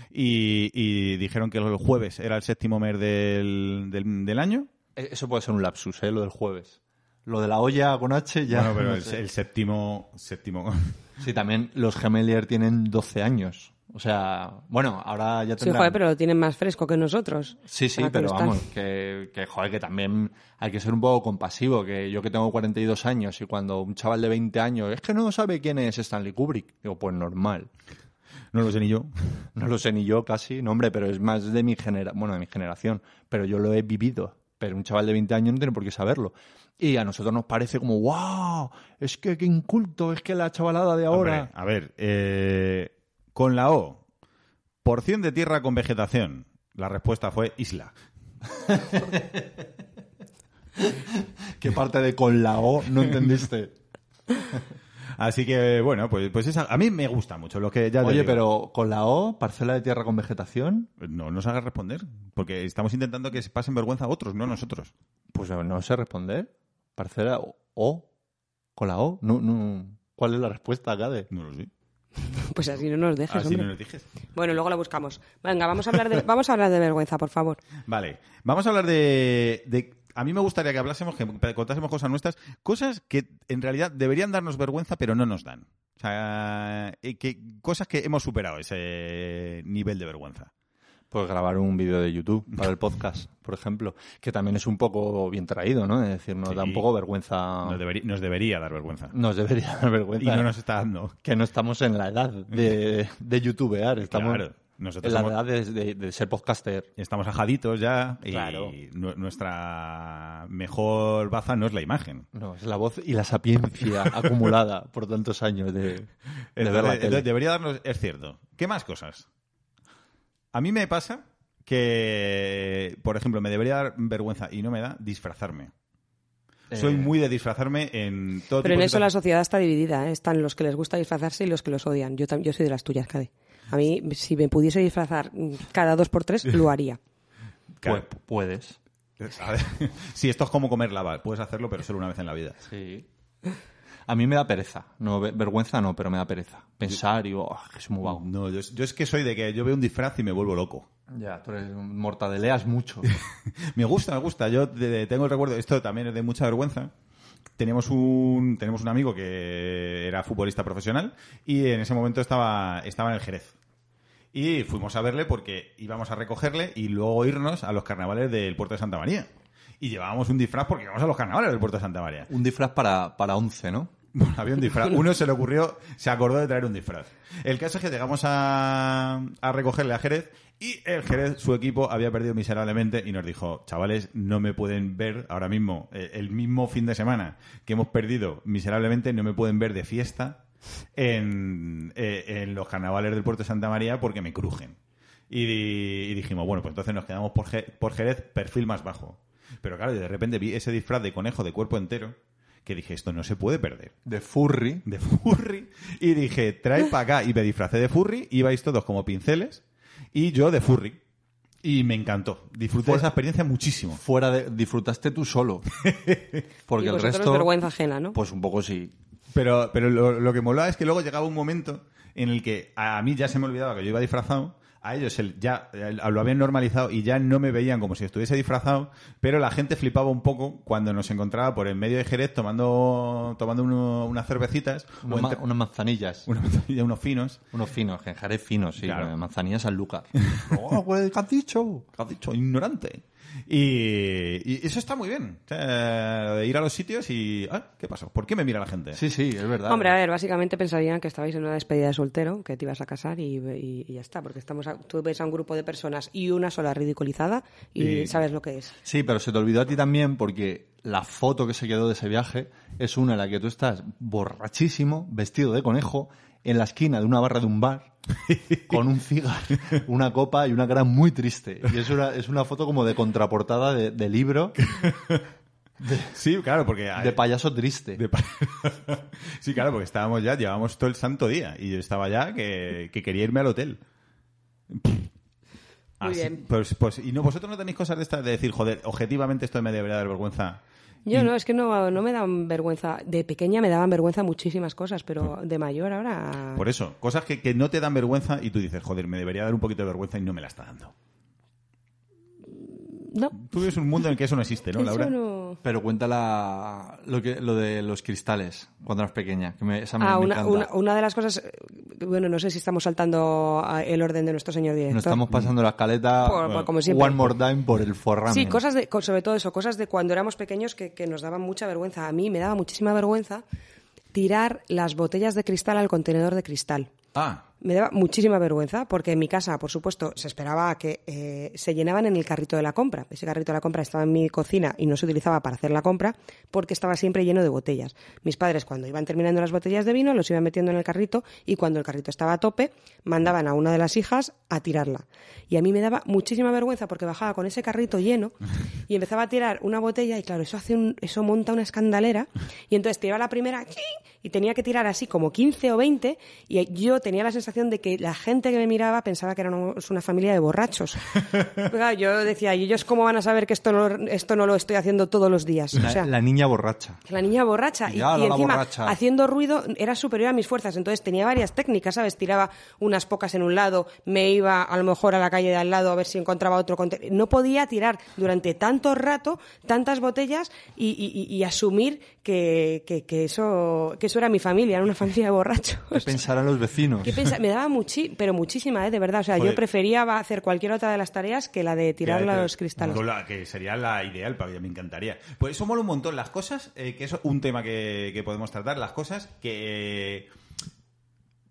Y, y dijeron que el jueves era el séptimo mes del, del, del año.
E-, Eso puede ser un lapsus, ¿eh? Lo del jueves. Lo de la olla con H ya...
bueno, pero
no
el,
sé.
el séptimo, séptimo.
Sí, también los gemelier tienen 12 años. O sea, bueno, ahora ya
Sí,
tendrán...
joder, pero lo tienen más fresco que nosotros.
Sí, sí,
Para
pero
constar.
vamos, que, que joder, que también hay que ser un poco compasivo, que yo que tengo 42 años y cuando un chaval de 20 años es que no sabe quién es Stanley Kubrick, digo, pues normal.
No lo sé ni yo.
No lo sé ni yo casi, no hombre, pero es más de mi genera bueno, de mi generación, pero yo lo he vivido. Pero un chaval de 20 años no tiene por qué saberlo. Y a nosotros nos parece como, wow, es que qué inculto, es que la chavalada de ahora.
Hombre, a ver, eh, con la O, porción de tierra con vegetación. La respuesta fue isla.
¿Qué parte de con la O no entendiste?
Así que, bueno, pues, pues esa- a mí me gusta mucho. Lo que ya te
Oye,
digo.
pero con la O, parcela de tierra con vegetación,
No nos hagas responder, porque estamos intentando que se pasen vergüenza a otros, no a nosotros.
pues no, no sé responder. Parcela o- O, con la O, no, no. ¿Cuál es la respuesta acá de?
No lo sé.
Pues así no nos dejes,
Así
hombre.
no nos dijes.
Bueno, luego la buscamos. Venga, vamos a hablar de, vamos a hablar de vergüenza, por favor.
Vale, vamos a hablar de, de- A mí me gustaría que hablásemos, que contásemos cosas nuestras, cosas que en realidad deberían darnos vergüenza, pero no nos dan. O sea, eh, que, cosas que hemos superado ese nivel de vergüenza.
Pues grabar un vídeo de YouTube para el podcast, por ejemplo, que también es un poco bien traído, ¿no? Es decir, nos da
Sí.
un poco vergüenza.
Nos, deberi- nos debería dar vergüenza.
Nos debería dar
Y
vergüenza.
no nos está dando.
Que no estamos en la edad de, de youtubear, estamos
Claro, nosotros
en la
somos-
edad de, de- de ser podcaster.
Estamos ajaditos ya y
Claro.
nu- nuestra mejor baza no es la imagen.
No, es la voz y la sapiencia acumulada por tantos años de, de ver
Entonces,
la tele.
entonces debería darnos, es cierto. ¿Qué más cosas? A mí me pasa que, por ejemplo, me debería dar vergüenza y no me da disfrazarme. Soy
Eh,
muy de disfrazarme en todo tipo
Pero en
de
eso la
situaciones.
sociedad está dividida. ¿eh? Están los que les gusta disfrazarse y los que los odian. Yo, tam- yo soy de las tuyas, Cade. A mí, si me pudiese disfrazar mm, cada dos por tres, lo haría.
Claro.
pu- Pues, puedes.
A ver, sí, esto es como comer lava. Puedes hacerlo, pero solo una vez en la vida.
Sí. A mí me da pereza. No, ve- vergüenza no, pero me da pereza. Pensar y, oh, que
Mm.
soy muy vago.
No, yo, yo es que soy de que yo veo un disfraz y me vuelvo loco.
Ya, tú eres un mortadeleas mucho.
Me gusta, me gusta. Yo de- de- tengo el recuerdo, esto también es de mucha vergüenza. Teníamos un, tenemos un amigo que era futbolista profesional y en ese momento estaba, estaba en el Jerez. Y fuimos a verle porque íbamos a recogerle y luego irnos a los carnavales del puerto de Santa María. Y llevábamos un disfraz porque íbamos a los carnavales del puerto de Santa María.
Un disfraz para, para 11, ¿no?
Bueno, había un disfraz. Uno se le ocurrió, se acordó de traer un disfraz. El caso es que llegamos a, a recogerle a Jerez y el Jerez, su equipo, había perdido miserablemente y nos dijo, chavales, no me pueden ver ahora mismo, eh, el mismo fin de semana que hemos perdido miserablemente, no me pueden ver de fiesta en, eh, en los carnavales del puerto de Santa María porque me crujen. Y, di- y dijimos, bueno, pues entonces nos quedamos por, Je- por Jerez, perfil más bajo. Pero claro, yo de repente vi ese disfraz de conejo de cuerpo entero que dije, esto no se puede perder
De furry.
de furry y dije, trae para acá. Y me disfracé de furry, ibais todos como pinceles y yo de furry. Y me encantó. Disfruté de esa experiencia muchísimo.
Fuera de. Disfrutaste tú solo. Porque
y
el
vosotros
resto.
pues vergüenza ajena, ¿no?
Pues un poco sí.
Pero, pero lo, lo que molaba es que luego llegaba un momento en el que a mí ya se me olvidaba que yo iba disfrazado. A ellos el- ya eh, lo habían normalizado y ya no me veían como si estuviese disfrazado, pero la gente flipaba un poco cuando nos encontraba por el medio de Jerez tomando, tomando uno- unas cervecitas o
Unas ma-
entre-
unas manzanillas.
una manzanilla, unos finos.
Unos finos, que en Jerez finos, sí.
Claro.
Manzanillas San Lucas. ¡Oh, güey! ¿Qué has dicho?
pues, ¿Qué has dicho? Ignorante. Y, y eso está muy bien. O sea, lo de ir a los sitios y. ah, ¿Qué pasó? ¿Por qué me mira la gente?
Sí, sí, es verdad.
Hombre, a ver, básicamente pensarían que estabais en una despedida de soltero, que te ibas a casar y, y- y ya está, porque estamos a- tú ves a un grupo de personas y una sola ridiculizada y
Y-
sabes lo que es.
Sí, pero se te olvidó a ti también porque la foto que se quedó de ese viaje es una en la que tú estás borrachísimo, vestido de conejo, en la esquina de una barra de un bar, con un cigar, una copa y una cara muy triste. Y es una, es una foto como de contraportada de, de libro
Sí, claro, porque.
de payaso triste.
de pa- sí, claro, porque estábamos ya, llevábamos todo el santo día y yo estaba ya que, que quería irme al hotel.
Muy
Así-
bien.
Pues, pues, y no, vosotros no tenéis cosas de estas de decir, joder, objetivamente esto me debería dar vergüenza.
Yo no, es que no, no me dan vergüenza. De pequeña me daban vergüenza muchísimas cosas, pero de mayor ahora.
Por eso, cosas que, que no te dan vergüenza y tú dices, joder, me debería dar un poquito de vergüenza y no me la está dando.
No,
Tú vives un mundo en el que eso no existe, ¿no, Laura?
eso no.
Pero cuenta la- lo, que, lo de los cristales cuando eras pequeña. Que me, esa me-
Ah,
me
una,
encanta.
una- una de las cosas. eh, Bueno, no sé si estamos saltando a- el orden de nuestro señor director.
Nos estamos pasando la escaleta
Por- por-
bueno,
como siempre.
one more time por el forramen.
Sí, cosas de, co- sobre todo eso, cosas de cuando éramos pequeños que, que nos daban mucha vergüenza. A mí me daba muchísima vergüenza tirar las botellas de cristal al contenedor de cristal.
Ah,
Me daba muchísima vergüenza porque en mi casa, por supuesto, se esperaba a que eh, se llenaban en el carrito de la compra. Ese carrito de la compra estaba en mi cocina y no se utilizaba para hacer la compra porque estaba siempre lleno de botellas. Mis padres, cuando iban terminando las botellas de vino, los iban metiendo en el carrito y cuando el carrito estaba a tope, mandaban a una de las hijas a tirarla. Y a mí me daba muchísima vergüenza porque bajaba con ese carrito lleno y empezaba a tirar una botella y claro, eso hace un- eso monta una escandalera y entonces tiraba la primera ¡chin! y tenía que tirar así como 15 o 20 y yo tenía la sensación de que la gente que me miraba pensaba que éramos una familia de borrachos. Claro, yo decía, ¿y ellos cómo van a saber que esto no, esto no lo estoy haciendo todos los días? O
La,
sea,
la niña borracha.
la niña borracha y,
Ya, la
y encima
borracha.
haciendo ruido era superior a mis fuerzas, entonces tenía varias técnicas, ¿sabes? Tiraba unas pocas en un lado, me iba a lo mejor a la calle de al lado a ver si encontraba otro contenedor. No podía tirar durante tanto rato tantas botellas y, y- y- y asumir que, que- que eso, que eso era mi familia, era una familia de borrachos.
¿Qué pensarán los vecinos?
¿Qué pensa- Me daba muchi pero muchísima, ¿eh? de verdad. O sea,
Joder.
yo prefería va- hacer cualquier otra de las tareas que la de tirar
Que-
los
que-
cristales.
con la- que sería la ideal para mí, me encantaría. Pues eso mola un montón. Las cosas, eh, que es un tema que, que podemos tratar, las cosas que,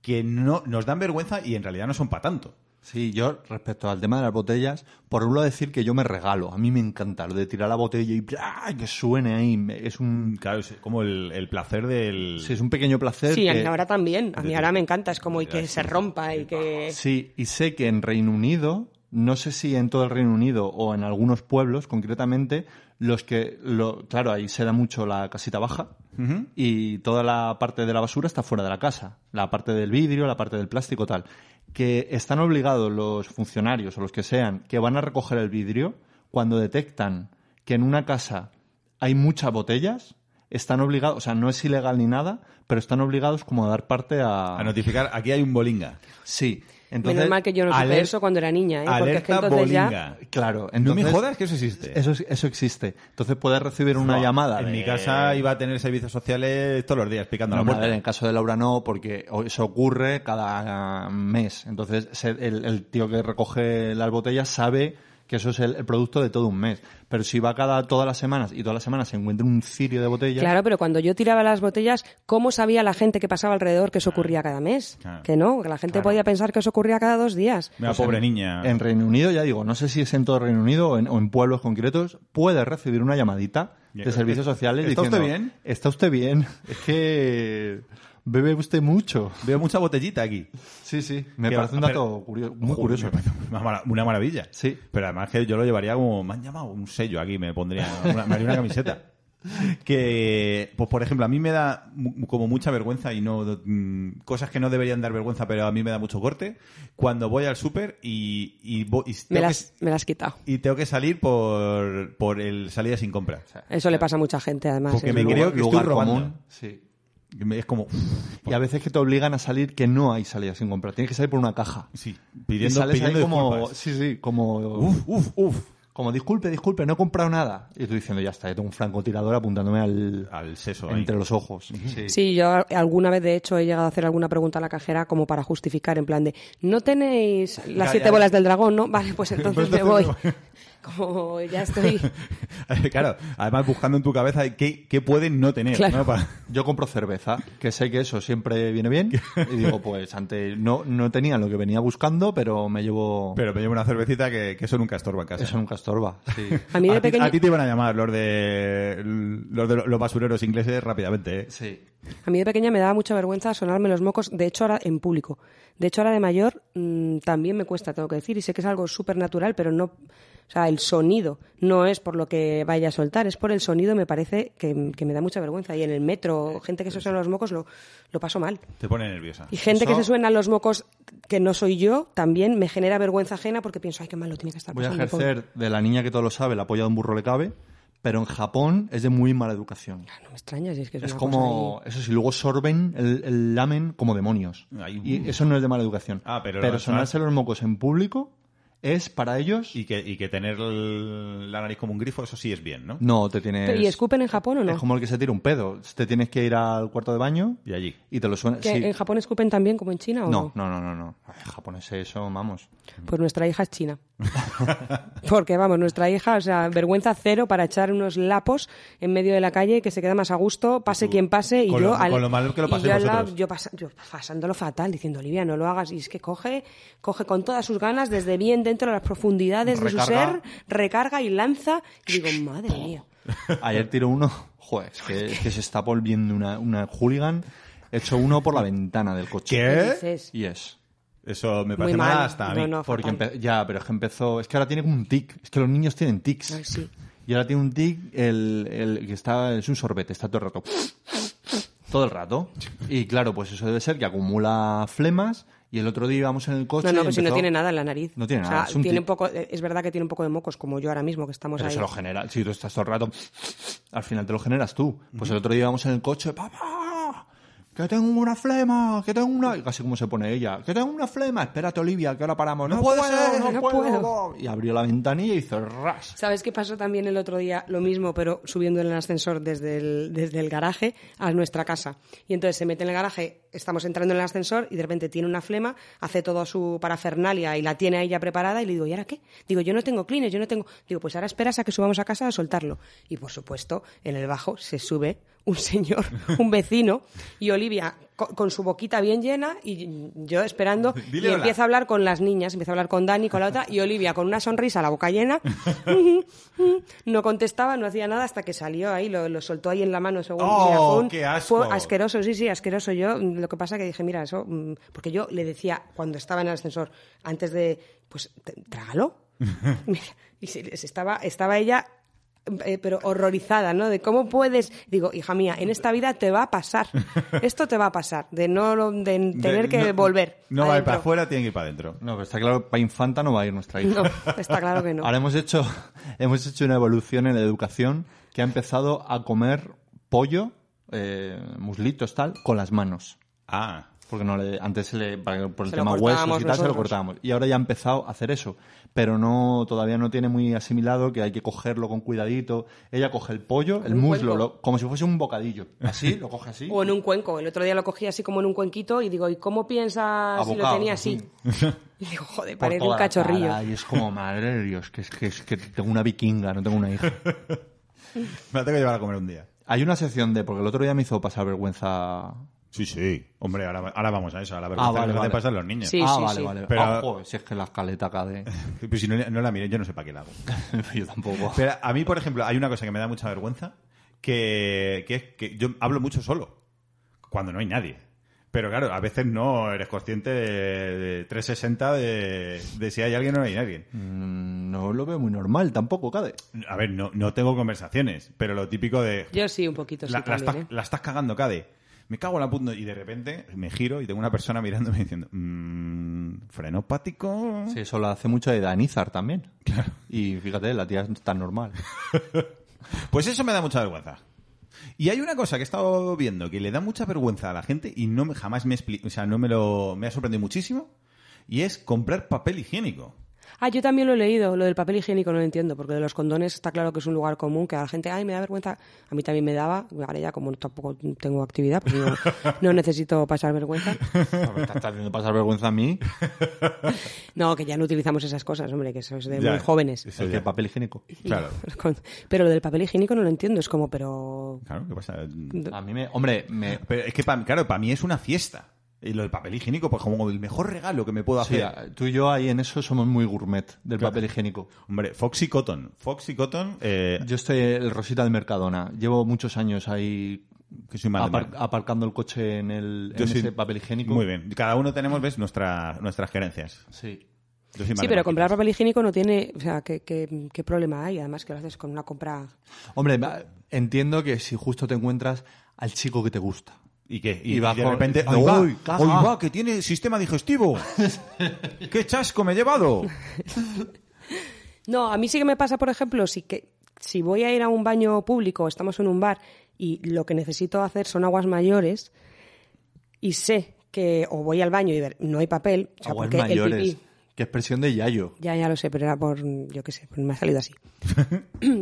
que no, nos dan vergüenza y en realidad no son para tanto.
Sí, yo respecto al tema de las botellas, por un lado decir que yo me regalo, a mí me encanta lo de tirar la botella y ¡bla! que suene ahí, me- es un
Claro, es como el, el placer del...
sí, es un pequeño placer.
Sí, a mí
que-
ahora también. A mí ahora me encanta. Es como y
Sí,
que se rompa y que...
Sí, y sé que en Reino Unido, no sé si en todo el Reino Unido o en algunos pueblos concretamente, los que, lo, claro, ahí se da mucho la casita baja y toda la parte de la basura está fuera de la casa, la parte del vidrio, la parte del plástico, tal, que están obligados los funcionarios o los que sean que van a recoger el vidrio cuando detectan que en una casa hay muchas botellas. Están obligados, o sea, no es ilegal ni nada, pero están obligados como a dar parte a...
A notificar, aquí hay un bolinga.
Sí. Entonces,
Menos mal que yo no supe
aler-
eso cuando era niña, ¿eh? Porque es que
Alerta
entonces
bolinga.
ya...
Claro,
No
entonces,
me jodas que eso existe.
Eso, eso existe. Entonces puedes recibir una
No,
llamada.
En
de-
mi casa iba a tener servicios sociales todos los días, picando la
No, a
puerta.
ver, en el caso de Laura no, porque o- eso ocurre cada mes. Entonces se- el, el tío que recoge las botellas sabe que eso es el, el producto de todo un mes. Pero si va cada todas las semanas y todas las semanas se encuentra un cirio de botellas,
Claro, pero cuando yo tiraba las botellas, ¿cómo sabía la gente que pasaba alrededor que eso ocurría cada mes?
Claro.
Que no, que la gente podía pensar que eso ocurría cada dos días.
Mira, pobre niña.
en Reino Unido, ya digo, no sé si es en todo Reino Unido o en, o en pueblos concretos, puede recibir una llamadita de
Ya, eh,
servicios
¿está
sociales
usted
diciendo,
bien?
¿Está usted bien? Es que bebe usted mucho.
Veo mucha botellita aquí.
Sí, sí, me
Que
parece
va-
un
pero-
dato curio- muy
Joder,
curioso.
me parece Una mara- una maravilla.
Sí.
Pero además que yo lo llevaría como, me han llamado un sello aquí, me pondría, una, me haría una camiseta. Que, pues por ejemplo, a mí me da mu- como mucha vergüenza y no, mm, cosas que no deberían dar vergüenza, pero a mí me da mucho corte, cuando voy al súper y, y, voy- y
Me
tengo
las, me las has quitado.
que, y tengo que salir por, por el salida sin compra.
Eso le pasa a mucha gente, además.
Porque
es
me
muy-
creo que estoy robando.
Sí.
Que me- Es como, uff,
Y a veces que te obligan a salir que no hay salida sin comprar. Tienes que salir por una caja.
sí,
Y
pidiendo,
sales
pidiendo
ahí como...
disculpas.
Sí, sí, como...
Uf, uf, uf.
Como, disculpe, disculpe, no he comprado nada. Y tú diciendo, ya está, yo tengo un francotirador apuntándome al...
Al seso ahí.
entre los ojos. Sí.
Sí, yo a- alguna vez, de hecho, he llegado a hacer alguna pregunta a la cajera como para justificar, en plan de, ¿no tenéis las siete bolas del dragón, no? Vale, pues entonces me voy. Como ya estoy...
claro, además buscando en tu cabeza qué, qué pueden no tener.
Claro.
¿no? Pa-
Yo compro cerveza, que sé que eso siempre viene bien. Y digo, pues antes no, no tenía lo que venía buscando, pero me llevo...
Pero me llevo una cervecita que, que eso nunca estorba en casa.
Eso nunca estorba. Sí.
A mí
ti-
de pequeña-
a ti te iban a llamar los de los, de los basureros ingleses rápidamente. ¿eh?
sí.
A mí de pequeña me daba mucha vergüenza sonarme los mocos, de hecho ahora en público. De hecho ahora de mayor mm, también me cuesta, tengo que decir, y sé que es algo súper natural, pero no... O sea, el sonido no es por lo que vaya a soltar, es por el sonido, me parece que, que me da mucha vergüenza. Y en el metro, gente que se suena los mocos, lo, lo paso mal.
Te pone nerviosa.
Y gente que
Eso-
se suena los mocos que no soy yo, también me genera vergüenza ajena porque pienso, ay, qué mal lo tiene que estar
Voy a
pasando. pobre".
ejercer de la niña que todo lo sabe, la polla de un burro le cabe, pero en Japón es de muy mala educación.
Ah, No me extraña, si es que es,
Es
una
como,
cosa
eso sí, luego sorben el, el lamen como demonios.
Ay,
y
uf.
eso no es de mala educación.
Ah, pero no-
sonarse los mocos en público es para ellos...
Y que, y que tener el- la nariz como un grifo, eso sí es bien, ¿no?
No, te
ahí.
tienes...
Pero, ¿Y escupen en Japón o no?
Es como el que se tira un pedo. Te tienes que ir al cuarto de baño
Y allí.
y te lo suena...
¿Que
sí.
¿En Japón escupen también como en China o
No, no, no, no. no. Ay, japonés eso, vamos.
Pues nuestra hija es china. Porque vamos, nuestra hija, o sea, vergüenza cero para echar unos lapos en medio de la calle que se queda más a gusto, pase quien pase y
con
yo
lo- con lo mal que lo
y
paséis
yo, al lado,
vosotros.
yo pasa- yo pasándolo fatal diciendo, "Olivia, no lo hagas." Y es que coge, coge con todas sus ganas desde bien dentro de las profundidades de su
Recarga.
ser, recarga y lanza y digo, "Madre mía."
Ayer tiró uno, joder, es que, es que se está volviendo una, una hooligan. Echó uno por la ventana del coche.
¿Qué
¿Qué?
dices?
Y es.
Eso me
Muy
parece mal
mal.
hasta a
No,
mí.
no.
Porque
fatal.
empe- ya, pero es que empezó. Es que ahora tiene como un tic. Es que los niños tienen tics.
Ay, sí.
Y ahora tiene un tic el, el que está. Es un sorbete, está todo el rato. Todo el rato. Y claro, pues eso debe ser que acumula flemas. Y el otro día íbamos en el coche.
No, no,
y
pero si no
empezó-
tiene nada en la nariz.
No tiene
O
nada,
sea,
es un
tiene
tic.
un poco, es verdad que tiene un poco de mocos, como yo ahora mismo que estamos
Pero
ahí.
se lo genera. Si tú estás todo el rato, al final te lo generas tú. Pues el otro día íbamos en el coche, papá, que tengo una flema, que tengo una... Y casi como se pone ella, que tengo una flema, espérate Olivia, que ahora paramos. No,
puede
puedo,
ser,
no,
no
puedo.
puedo.
no". Y abrió la ventanilla y hizo ras.
¿Sabes qué pasó también el otro día? Lo mismo, pero subiendo en el ascensor desde el, desde el garaje a nuestra casa. Y entonces se mete en el garaje, estamos entrando en el ascensor y de repente tiene una flema, hace toda su parafernalia y la tiene ahí ya preparada y le digo, ¿y ahora qué? Digo, yo no tengo clines, yo no tengo... Digo, pues ahora esperas a que subamos a casa a soltarlo. Y por supuesto, en el bajo se sube un señor, un vecino, y Olivia co- con su boquita bien llena y yo esperando
Dile
y
hola.
empieza a hablar con las niñas, empieza a hablar con Dani, con la otra, y Olivia con una sonrisa, la boca llena, no contestaba, no hacía nada hasta que salió ahí, lo, lo soltó ahí en la mano según
¡Oh,
mira, fue un-
qué asco!
fue asqueroso, sí, sí, asqueroso. Yo mm, lo que pasa que dije, mira, eso, mm, porque yo le decía cuando estaba en el ascensor, antes de, pues, t- trágalo. Mira, y se- se estaba, estaba ella eh, pero horrorizada, ¿no? De cómo puedes, digo, hija mía, en esta vida te va a pasar, esto te va a pasar, de no lo- de tener
De-
que
no-
volver.
No va a ir
adentro.
para afuera, tiene que ir para adentro.
No, pero está claro, para infanta no va a ir nuestra hija.
No, está claro que no.
Ahora hemos hecho, hemos hecho una evolución en la educación que ha empezado a comer pollo, eh, muslitos, tal, con las manos.
Ah.
Porque no le- antes se le, para- por el
Se lo
tema
cortábamos
huesos y tal, se lo
nosotros.
cortábamos. Y ahora ya ha empezado a hacer eso. Pero no, todavía no tiene muy asimilado que hay que cogerlo con cuidadito. Ella coge el pollo, el
un
muslo,
cuenco.
lo- como si fuese un bocadillo. Así, lo coge así.
O en un cuenco. El otro día lo cogí así como en un cuenquito y digo, ¿y cómo piensas si lo
Abocado,
tenía
sí.
así? Y digo, joder,
por
parece
toda
un
la
cachorrillo.
cara. Y es como, madre de Dios, que es que, es que tengo una vikinga, no tengo una hija.
Me la tengo que llevar a comer un día.
Hay una sección de, porque el otro día me hizo pasar vergüenza.
Sí, sí. Hombre, ahora, ahora vamos a eso, a la vergüenza
vale,
que les hace
vale.
pasar a los niños.
Sí,
ah,
sí,
vale,
sí.
vale.
Pero-
Ah, joder, si es que la escaleta acá de.
Pero si no, no la miren, yo no sé para qué la hago.
Yo tampoco.
Pero a mí, por ejemplo, hay una cosa que me da mucha vergüenza, que, que es que yo hablo mucho solo, cuando no hay nadie. Pero claro, a veces no eres consciente de, de 360 de, de si hay alguien o no hay alguien.
Mm, No lo veo muy normal tampoco, Cade.
A ver, no, no tengo conversaciones, pero lo típico de...
Yo sí, un poquito, sí,
la, la
también,
estás,
¿eh?
la estás cagando, Cade. Me cago en la punta y de repente me giro y tengo una persona mirándome diciendo, "Mm, frenopático.
Sí, eso lo hace mucho de Danizar también. Claro. Y fíjate, la tía es tan normal.
Pues eso me da mucha vergüenza. Y hay una cosa que he estado viendo que le da mucha vergüenza a la gente y no me, jamás me expli- o sea, no me lo me ha sorprendido muchísimo y es comprar papel higiénico.
Ah, yo también lo he leído, lo del papel higiénico no lo entiendo, porque de los condones está claro que es un lugar común, que a la gente, ay, me da vergüenza, a mí también me daba, ahora ya como tampoco tengo actividad, pues no, no necesito pasar vergüenza.
Me estás haciendo pasar vergüenza a mí.
No, que ya no utilizamos esas cosas, hombre, que sois de
Ya,
muy jóvenes.
eso
El que
ya.
papel higiénico.
Claro.
Con- Pero lo del papel higiénico no lo entiendo, es como, pero...
Claro, ¿qué pasa?
A mí me. Hombre, me.
Pero es que pa- claro, para mí es una fiesta. Y lo del papel higiénico, pues como el mejor regalo que me puedo
Sí,
hacer.
tú y yo ahí en eso somos muy gourmet del
Claro.
papel higiénico.
Hombre, Foxy Cotton. Foxy Cotton, eh,
Yo estoy el Rosita del Mercadona. Llevo muchos años ahí
que soy mal de
apar-
mar-
aparcando el coche en, el,
Yo
en
soy-
ese papel higiénico.
Muy bien. Cada uno tenemos, ves, nuestra, nuestras gerencias.
Sí.
Yo soy mal de
Sí, pero
marketing.
comprar papel higiénico no tiene, o sea, ¿qué, qué, qué problema hay? Además que lo haces con una compra...
Hombre, va- entiendo que si justo te encuentras al chico que te gusta.
¿Y qué? Y,
Y va
de
con-
repente,
¡Ay,
¡ay, va!
uy, caja!
¡Ay, va, que tiene sistema digestivo! ¡Qué chasco me he llevado!
No, a mí sí que me pasa, por ejemplo, si, que, si voy a ir a un baño público o estamos en un bar y lo que necesito hacer son aguas mayores y sé que o voy al baño y ver, no hay papel, o sea,
Aguas
porque el
mayores.
pipí...
Qué expresión de Yayo.
Ya, ya lo sé, pero era por, yo qué sé, me ha salido así.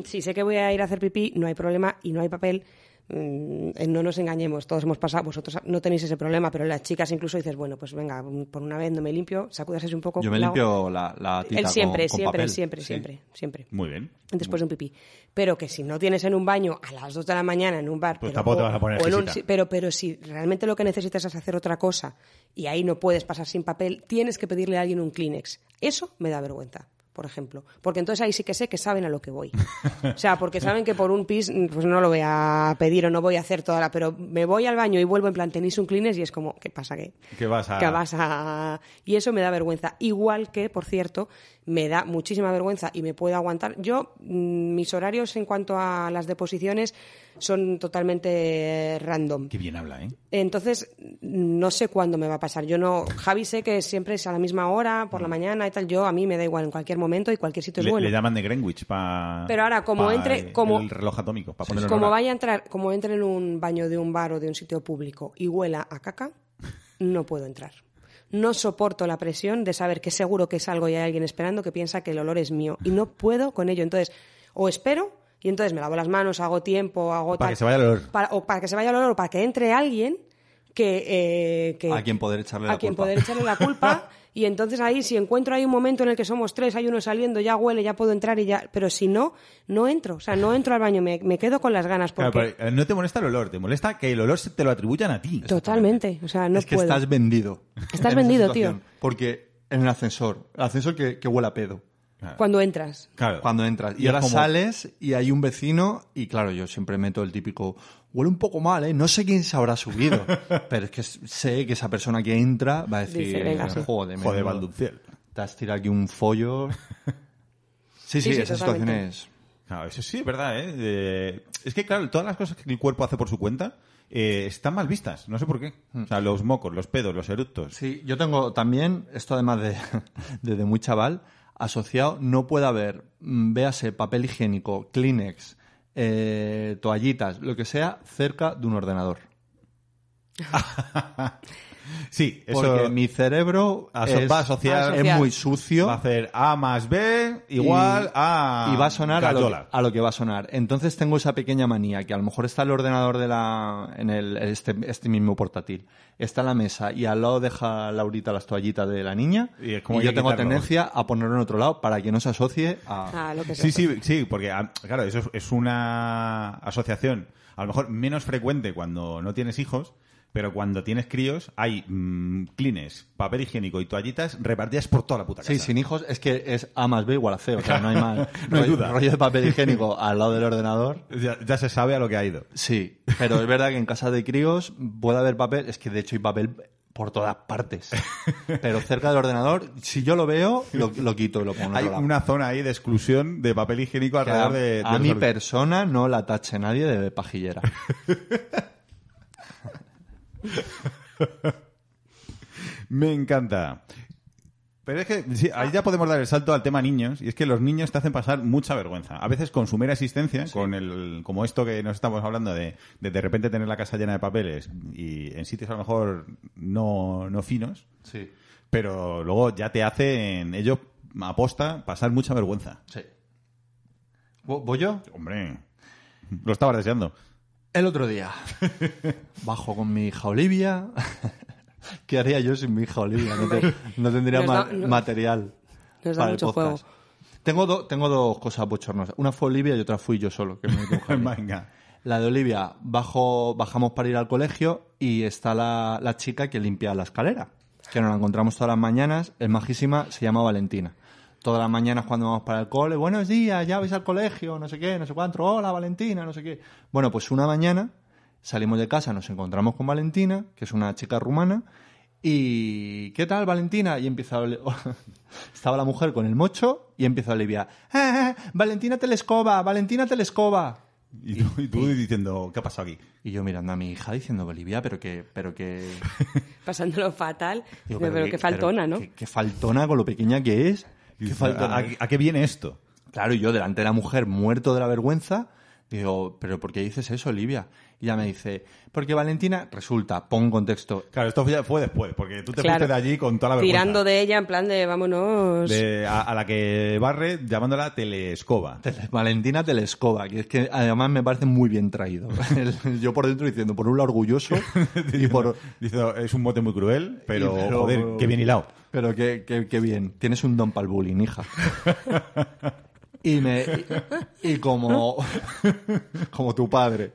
si sé que voy a ir a hacer pipí, no hay problema y no hay papel. mm, eh, No nos engañemos, todos hemos pasado, vosotros no tenéis ese problema, pero las chicas incluso dices, bueno, pues venga, mm, por una vez no me limpio, sacúdase un poco.
Yo me
la hago".
limpio la, la tita
Él
con-
siempre,
con
siempre,
papel.
siempre,
Sí.
siempre, siempre.
Muy bien.
Después de un pipí. Pero que si no tienes en un baño a las 2 de la mañana en un bar.
Pues
pero-
tampoco te
o-
vas a poner
o en un
exquisita.
si- pero, pero si realmente lo que necesitas es hacer otra cosa y ahí no puedes pasar sin papel, tienes que pedirle a alguien un Kleenex. Eso me da vergüenza, por ejemplo. Porque entonces ahí sí que sé que saben a lo que voy. O sea, porque saben que por un pis mm, pues no lo voy a pedir o no voy a hacer toda la. Pero me voy al baño y vuelvo en plan, tenéis un Kleenex y es como, ¿qué pasa? ¿Qué?
Que vas a-
Que vas a- Y eso me da vergüenza. Igual que, por cierto, me da muchísima vergüenza y me puedo aguantar. Yo, mm, mis horarios en cuanto a las deposiciones son totalmente random.
Qué bien habla, ¿eh?
Entonces, no sé cuándo me va a pasar. Yo no. Javi sé que siempre es a la misma hora, por la mañana y tal. Yo, a mí me da igual en cualquier momento y cualquier sitio es
le,
bueno.
le llaman de Greenwich para...
Pero ahora, como entre- como-
El reloj atómico, para ponerlo en
Como
hora.
vaya a entrar, como entre en un baño de un bar o de un sitio público y huela a caca, no puedo entrar. No soporto la presión de saber que seguro que salgo y hay alguien esperando que piensa que el olor es mío y no puedo con ello. Entonces, o espero y entonces me lavo las manos, hago tiempo, hago
Para
tal-
que se vaya el olor.
para- o para que se vaya el olor o para que entre alguien que, eh, que-
A quien poder echarle
a
la
quien
culpa.
poder echarle la culpa y entonces ahí si encuentro ahí un momento en el que somos tres hay uno saliendo ya huele ya puedo entrar y ya pero si no no entro o sea no entro al baño me, me quedo con las ganas porque
Claro, pero, eh, no te molesta el olor, te molesta que el olor se te lo atribuyan a ti.
totalmente o sea no
es que
puedo
estás vendido.
Estás
en esa
vendido,
situación.
tío.
Porque en el ascensor, el ascensor que, que huela a pedo.
cuando entras
Claro.
Cuando entras. Y,
es
ahora
como-
sales y hay un vecino y claro, yo siempre meto el típico, huele un poco mal, ¿eh? No sé quién se habrá subido, pero es que sé que esa persona que entra va a decir,
Dice, venga, sí.
joder,
Joder,
menudo,
Valdunciel.
te has tirado aquí un follo. Sí, sí,
Sí, sí,
esas
totalmente.
situaciones...
Claro, eso sí, es verdad, ¿eh? Eh, Es que, claro, todas las cosas que el cuerpo hace por su cuenta eh, están mal vistas, no sé por qué.
Hmm.
O sea, los mocos, los pedos, los eructos.
Sí, yo tengo también, esto además de desde muy chaval, asociado, no puede haber, mm, véase, papel higiénico, Kleenex, eh, toallitas, lo que sea, cerca de un ordenador.
Sí, eso
Porque mi cerebro
aso-
es,
va a asociar-
es muy sucio.
va a hacer A más B igual
y-
a...
y va a sonar a lo,
gallola.
a lo que va a sonar. Entonces tengo esa pequeña manía que a lo mejor está el ordenador de la en el este, este mismo portátil, está la mesa y al lado deja Laurita las toallitas de la niña
Y
y,
es como hay
yo
que
tengo
quitarlo.
tendencia a ponerlo en otro lado para que no se asocie a
Ah, lo que sea.
Sí, sí, sí, porque ah, claro, eso es- es una asociación a lo mejor menos frecuente cuando no tienes hijos, pero cuando tienes críos hay mm, clines, papel higiénico y toallitas repartidas por toda la puta casa.
Sí, sin hijos es que es A más B igual a C, o sea, no hay mal.
No hay
rollo,
duda.
rollo de papel higiénico al lado del ordenador.
Ya, ya se sabe a lo que ha ido.
Sí, pero es verdad que en casa de críos puede haber papel, es que de hecho hay papel por todas partes. Pero cerca del ordenador, si yo lo veo, lo, lo quito y lo pongo en
Hay
otro lado.
una zona ahí de exclusión de papel higiénico
Que
alrededor
a,
de...
a
de
mi
los-
persona no la tache nadie de pajillera.
Me encanta. Pero es que sí, ahí ya podemos dar el salto al tema niños, y es que los niños te hacen pasar mucha vergüenza. A veces con su mera existencia, con el, como esto que nos estamos hablando de de, de repente tener la casa llena de papeles y en sitios a lo mejor no, no finos,
Sí,
pero luego ya te hacen ellos aposta pasar mucha vergüenza.
sí. ¿Vo- ¿Voy yo?
Hombre, lo estabas deseando.
El otro día. Bajo con mi hija Olivia. ¿Qué haría yo sin mi hija Olivia? No, te- no tendría
Nos
ma-
da- no-
material.
nos da
para el
mucho
podcast. Tengo, do- tengo dos cosas bochornosas. Una fue Olivia y otra fui yo solo. que me tocó.
Venga.
la de Olivia, bajo, bajamos para ir al colegio y está la, la chica que limpia la escalera. Que nos la encontramos todas las mañanas. Es majísima, se llama Valentina. Todas las mañanas cuando vamos para el cole, buenos días, ya vais al colegio, no sé qué, no sé cuánto, hola Valentina, no sé qué. Bueno, pues una mañana salimos de casa, nos encontramos con Valentina, que es una chica rumana, y ¿qué tal Valentina? Y empieza Oli- estaba la mujer con el mocho y empieza Olivia, "Ah, ah, Valentina Telescoba, Valentina Telescoba.
Y tú, y tú diciendo, ¿qué ha pasado aquí?
Y yo mirando a mi hija diciendo, Olivia, pero que, pero que...
Pasándolo fatal.
digo,
pero, pero qué faltona,
pero
¿no?
Que, que faltona con lo pequeña que es.
Y "Ah,
Qué
dices,
faltona.
¿A, a- a qué viene esto?
Claro, y yo delante de la mujer, muerto de la vergüenza, digo, ¿pero por qué dices eso, Olivia? Y ella me dice, porque Valentina, resulta, pongo contexto,
Claro, esto ya fue después, porque tú te
Claro.
fuiste de allí con toda la vergüenza.
Tirando de ella en plan de vámonos.
Pues-
De- a, a la que barre llamándola telescoba.
Tele- Valentina Telescoba, que es que además me parece muy bien traído. El- yo por dentro diciendo, por un lado orgulloso y por...
Diciendo, es un mote muy cruel, pero,
y- pero-
joder, qué bien hilado.
Pero qué, qué- qué bien, tienes un don para el bullying, hija. Y me... Y, y como... Como tu padre.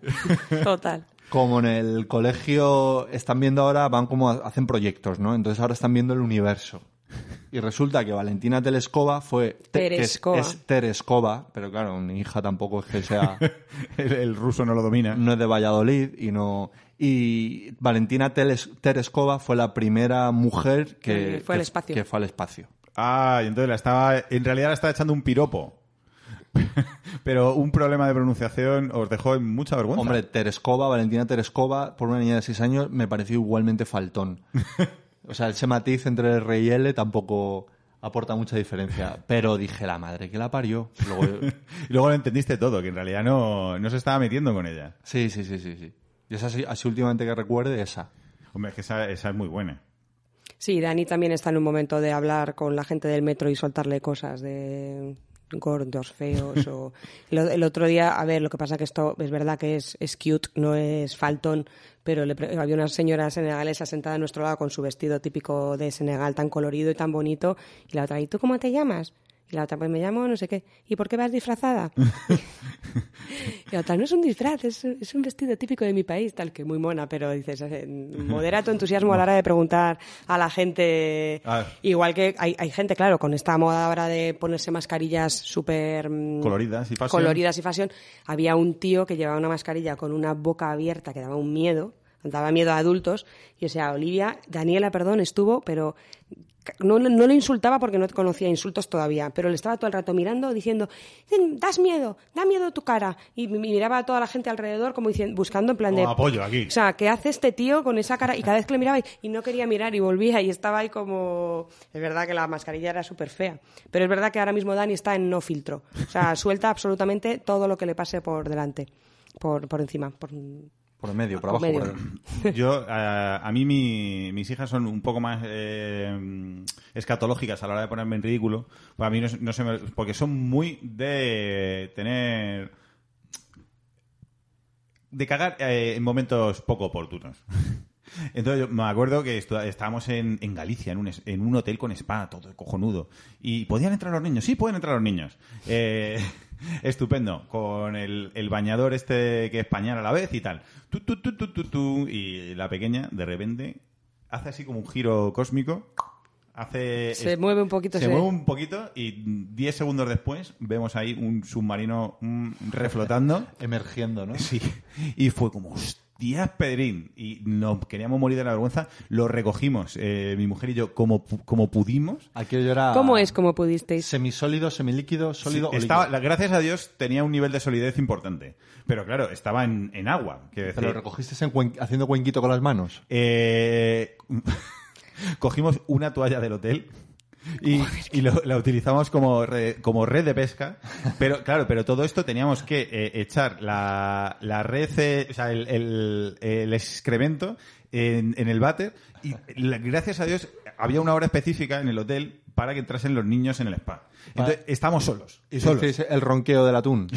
Total.
Como en el colegio están viendo ahora, van como a- hacen proyectos, ¿no? Entonces ahora están viendo el universo. Y resulta que Valentina Telescoba fue... te- que es-
Terescova.
es Terescova, pero claro, mi hija tampoco es que sea...
El, el ruso no lo domina.
no es de Valladolid y no y Valentina Teles- Terescova fue la primera mujer que
Que fue al
que-
espacio.
que fue al espacio.
Ah, y entonces la estaba. En realidad la estaba echando un piropo. pero un problema de pronunciación os dejó en mucha vergüenza.
Hombre, Terescova, Valentina Terescova, por una niña de 6 años me pareció igualmente faltón. o sea, ese matiz entre R y L tampoco aporta mucha diferencia, pero dije la madre que la parió. Luego-
Y luego lo entendiste todo, que en realidad no, no se estaba metiendo con ella.
sí, sí, sí, sí, sí. Y esa sí- así últimamente que recuerde esa.
Hombre, es que esa, esa es muy buena.
Sí, Dani también está en un momento de hablar con la gente del metro y soltarle cosas de gordos, feos o... El, o- el otro día, a ver, lo que pasa que esto es verdad que es, es cute, no es faltón, pero le pre- había una señora senegalesa sentada a nuestro lado con su vestido típico de Senegal tan colorido y tan bonito y la otra, ¿y tú cómo te llamas? Y la otra, pues me llamo no sé qué. ¿Y por qué vas disfrazada? Y la otra, no es un disfraz, es, un- es un vestido típico de mi país, tal que muy mona, pero dices, eh, modera tu entusiasmo a la hora de preguntar a la gente.
Ah.
Igual que hay, hay gente, claro, con esta moda ahora de ponerse mascarillas súper mm,
Coloridas y fashion.
coloridas y fashion, había un tío que llevaba una mascarilla con una boca abierta que daba un miedo, daba miedo a adultos, y o sea, Olivia, Daniela, perdón, estuvo, pero ca- no, no, no le insultaba porque no conocía insultos todavía, pero le estaba todo el rato mirando, diciendo, "Mm, das miedo, da miedo tu cara, y mi- miraba a toda la gente alrededor como diciendo, buscando en plan de...
Como apoyo aquí.
O sea, ¿qué hace este tío con esa cara? Y cada vez que le miraba y- y no quería mirar y volvía y estaba ahí como... Es verdad que la mascarilla era súper fea, pero es verdad que ahora mismo Dani está en no filtro. O sea, suelta absolutamente todo lo que le pase por delante, por, por encima. por-
Por el medio, por abajo.
medio.
por el-
Yo, a, a mí mi- mis hijas son un poco más eh, escatológicas a la hora de ponerme en ridículo. Pues a mí no, se- no se me- Porque son muy de tener... De cagar eh, en momentos poco oportunos. Entonces, yo me acuerdo que estu- estábamos en, en Galicia, en un, es- en un hotel con spa, todo cojonudo. Y podían entrar los niños, sí, pueden entrar los niños. Eh, estupendo, con el, el bañador este que es pañal a la vez y tal. Tu, tu, tu, tu, tu, tu. y la pequeña, de repente, hace así como un giro cósmico. Hace,
Se
es-
mueve un poquito,
Se
se-
mueve un poquito y 10 segundos después vemos ahí un submarino mm, reflotando.
Emergiendo, ¿no?
Sí. Y fue como, hostias, Pedrín. Y nos queríamos morir de la vergüenza. Lo recogimos, eh, mi mujer y yo, como, pu- como pudimos.
Aquello yo era...
¿Cómo es como pudisteis?
Semisólido, semilíquido, sólido
Sí,
o
estaba,
líquido.
la- gracias a Dios tenía un nivel de solidez importante. Pero claro, estaba en, en agua. Quiero
¿Te lo
decir,
recogiste en cuen- haciendo cuenquito con las manos?
Eh, cogimos una toalla del hotel y, y lo- la utilizamos como, re- como red de pesca. Pero claro, pero todo esto teníamos que eh, echar la, la red, eh, o sea, el, el- el excremento en, en el váter. Y la- gracias a Dios había una hora específica en el hotel para que entrasen los niños en el spa. Entonces, estábamos solos. solos.
Hicisteis el ronqueo del atún.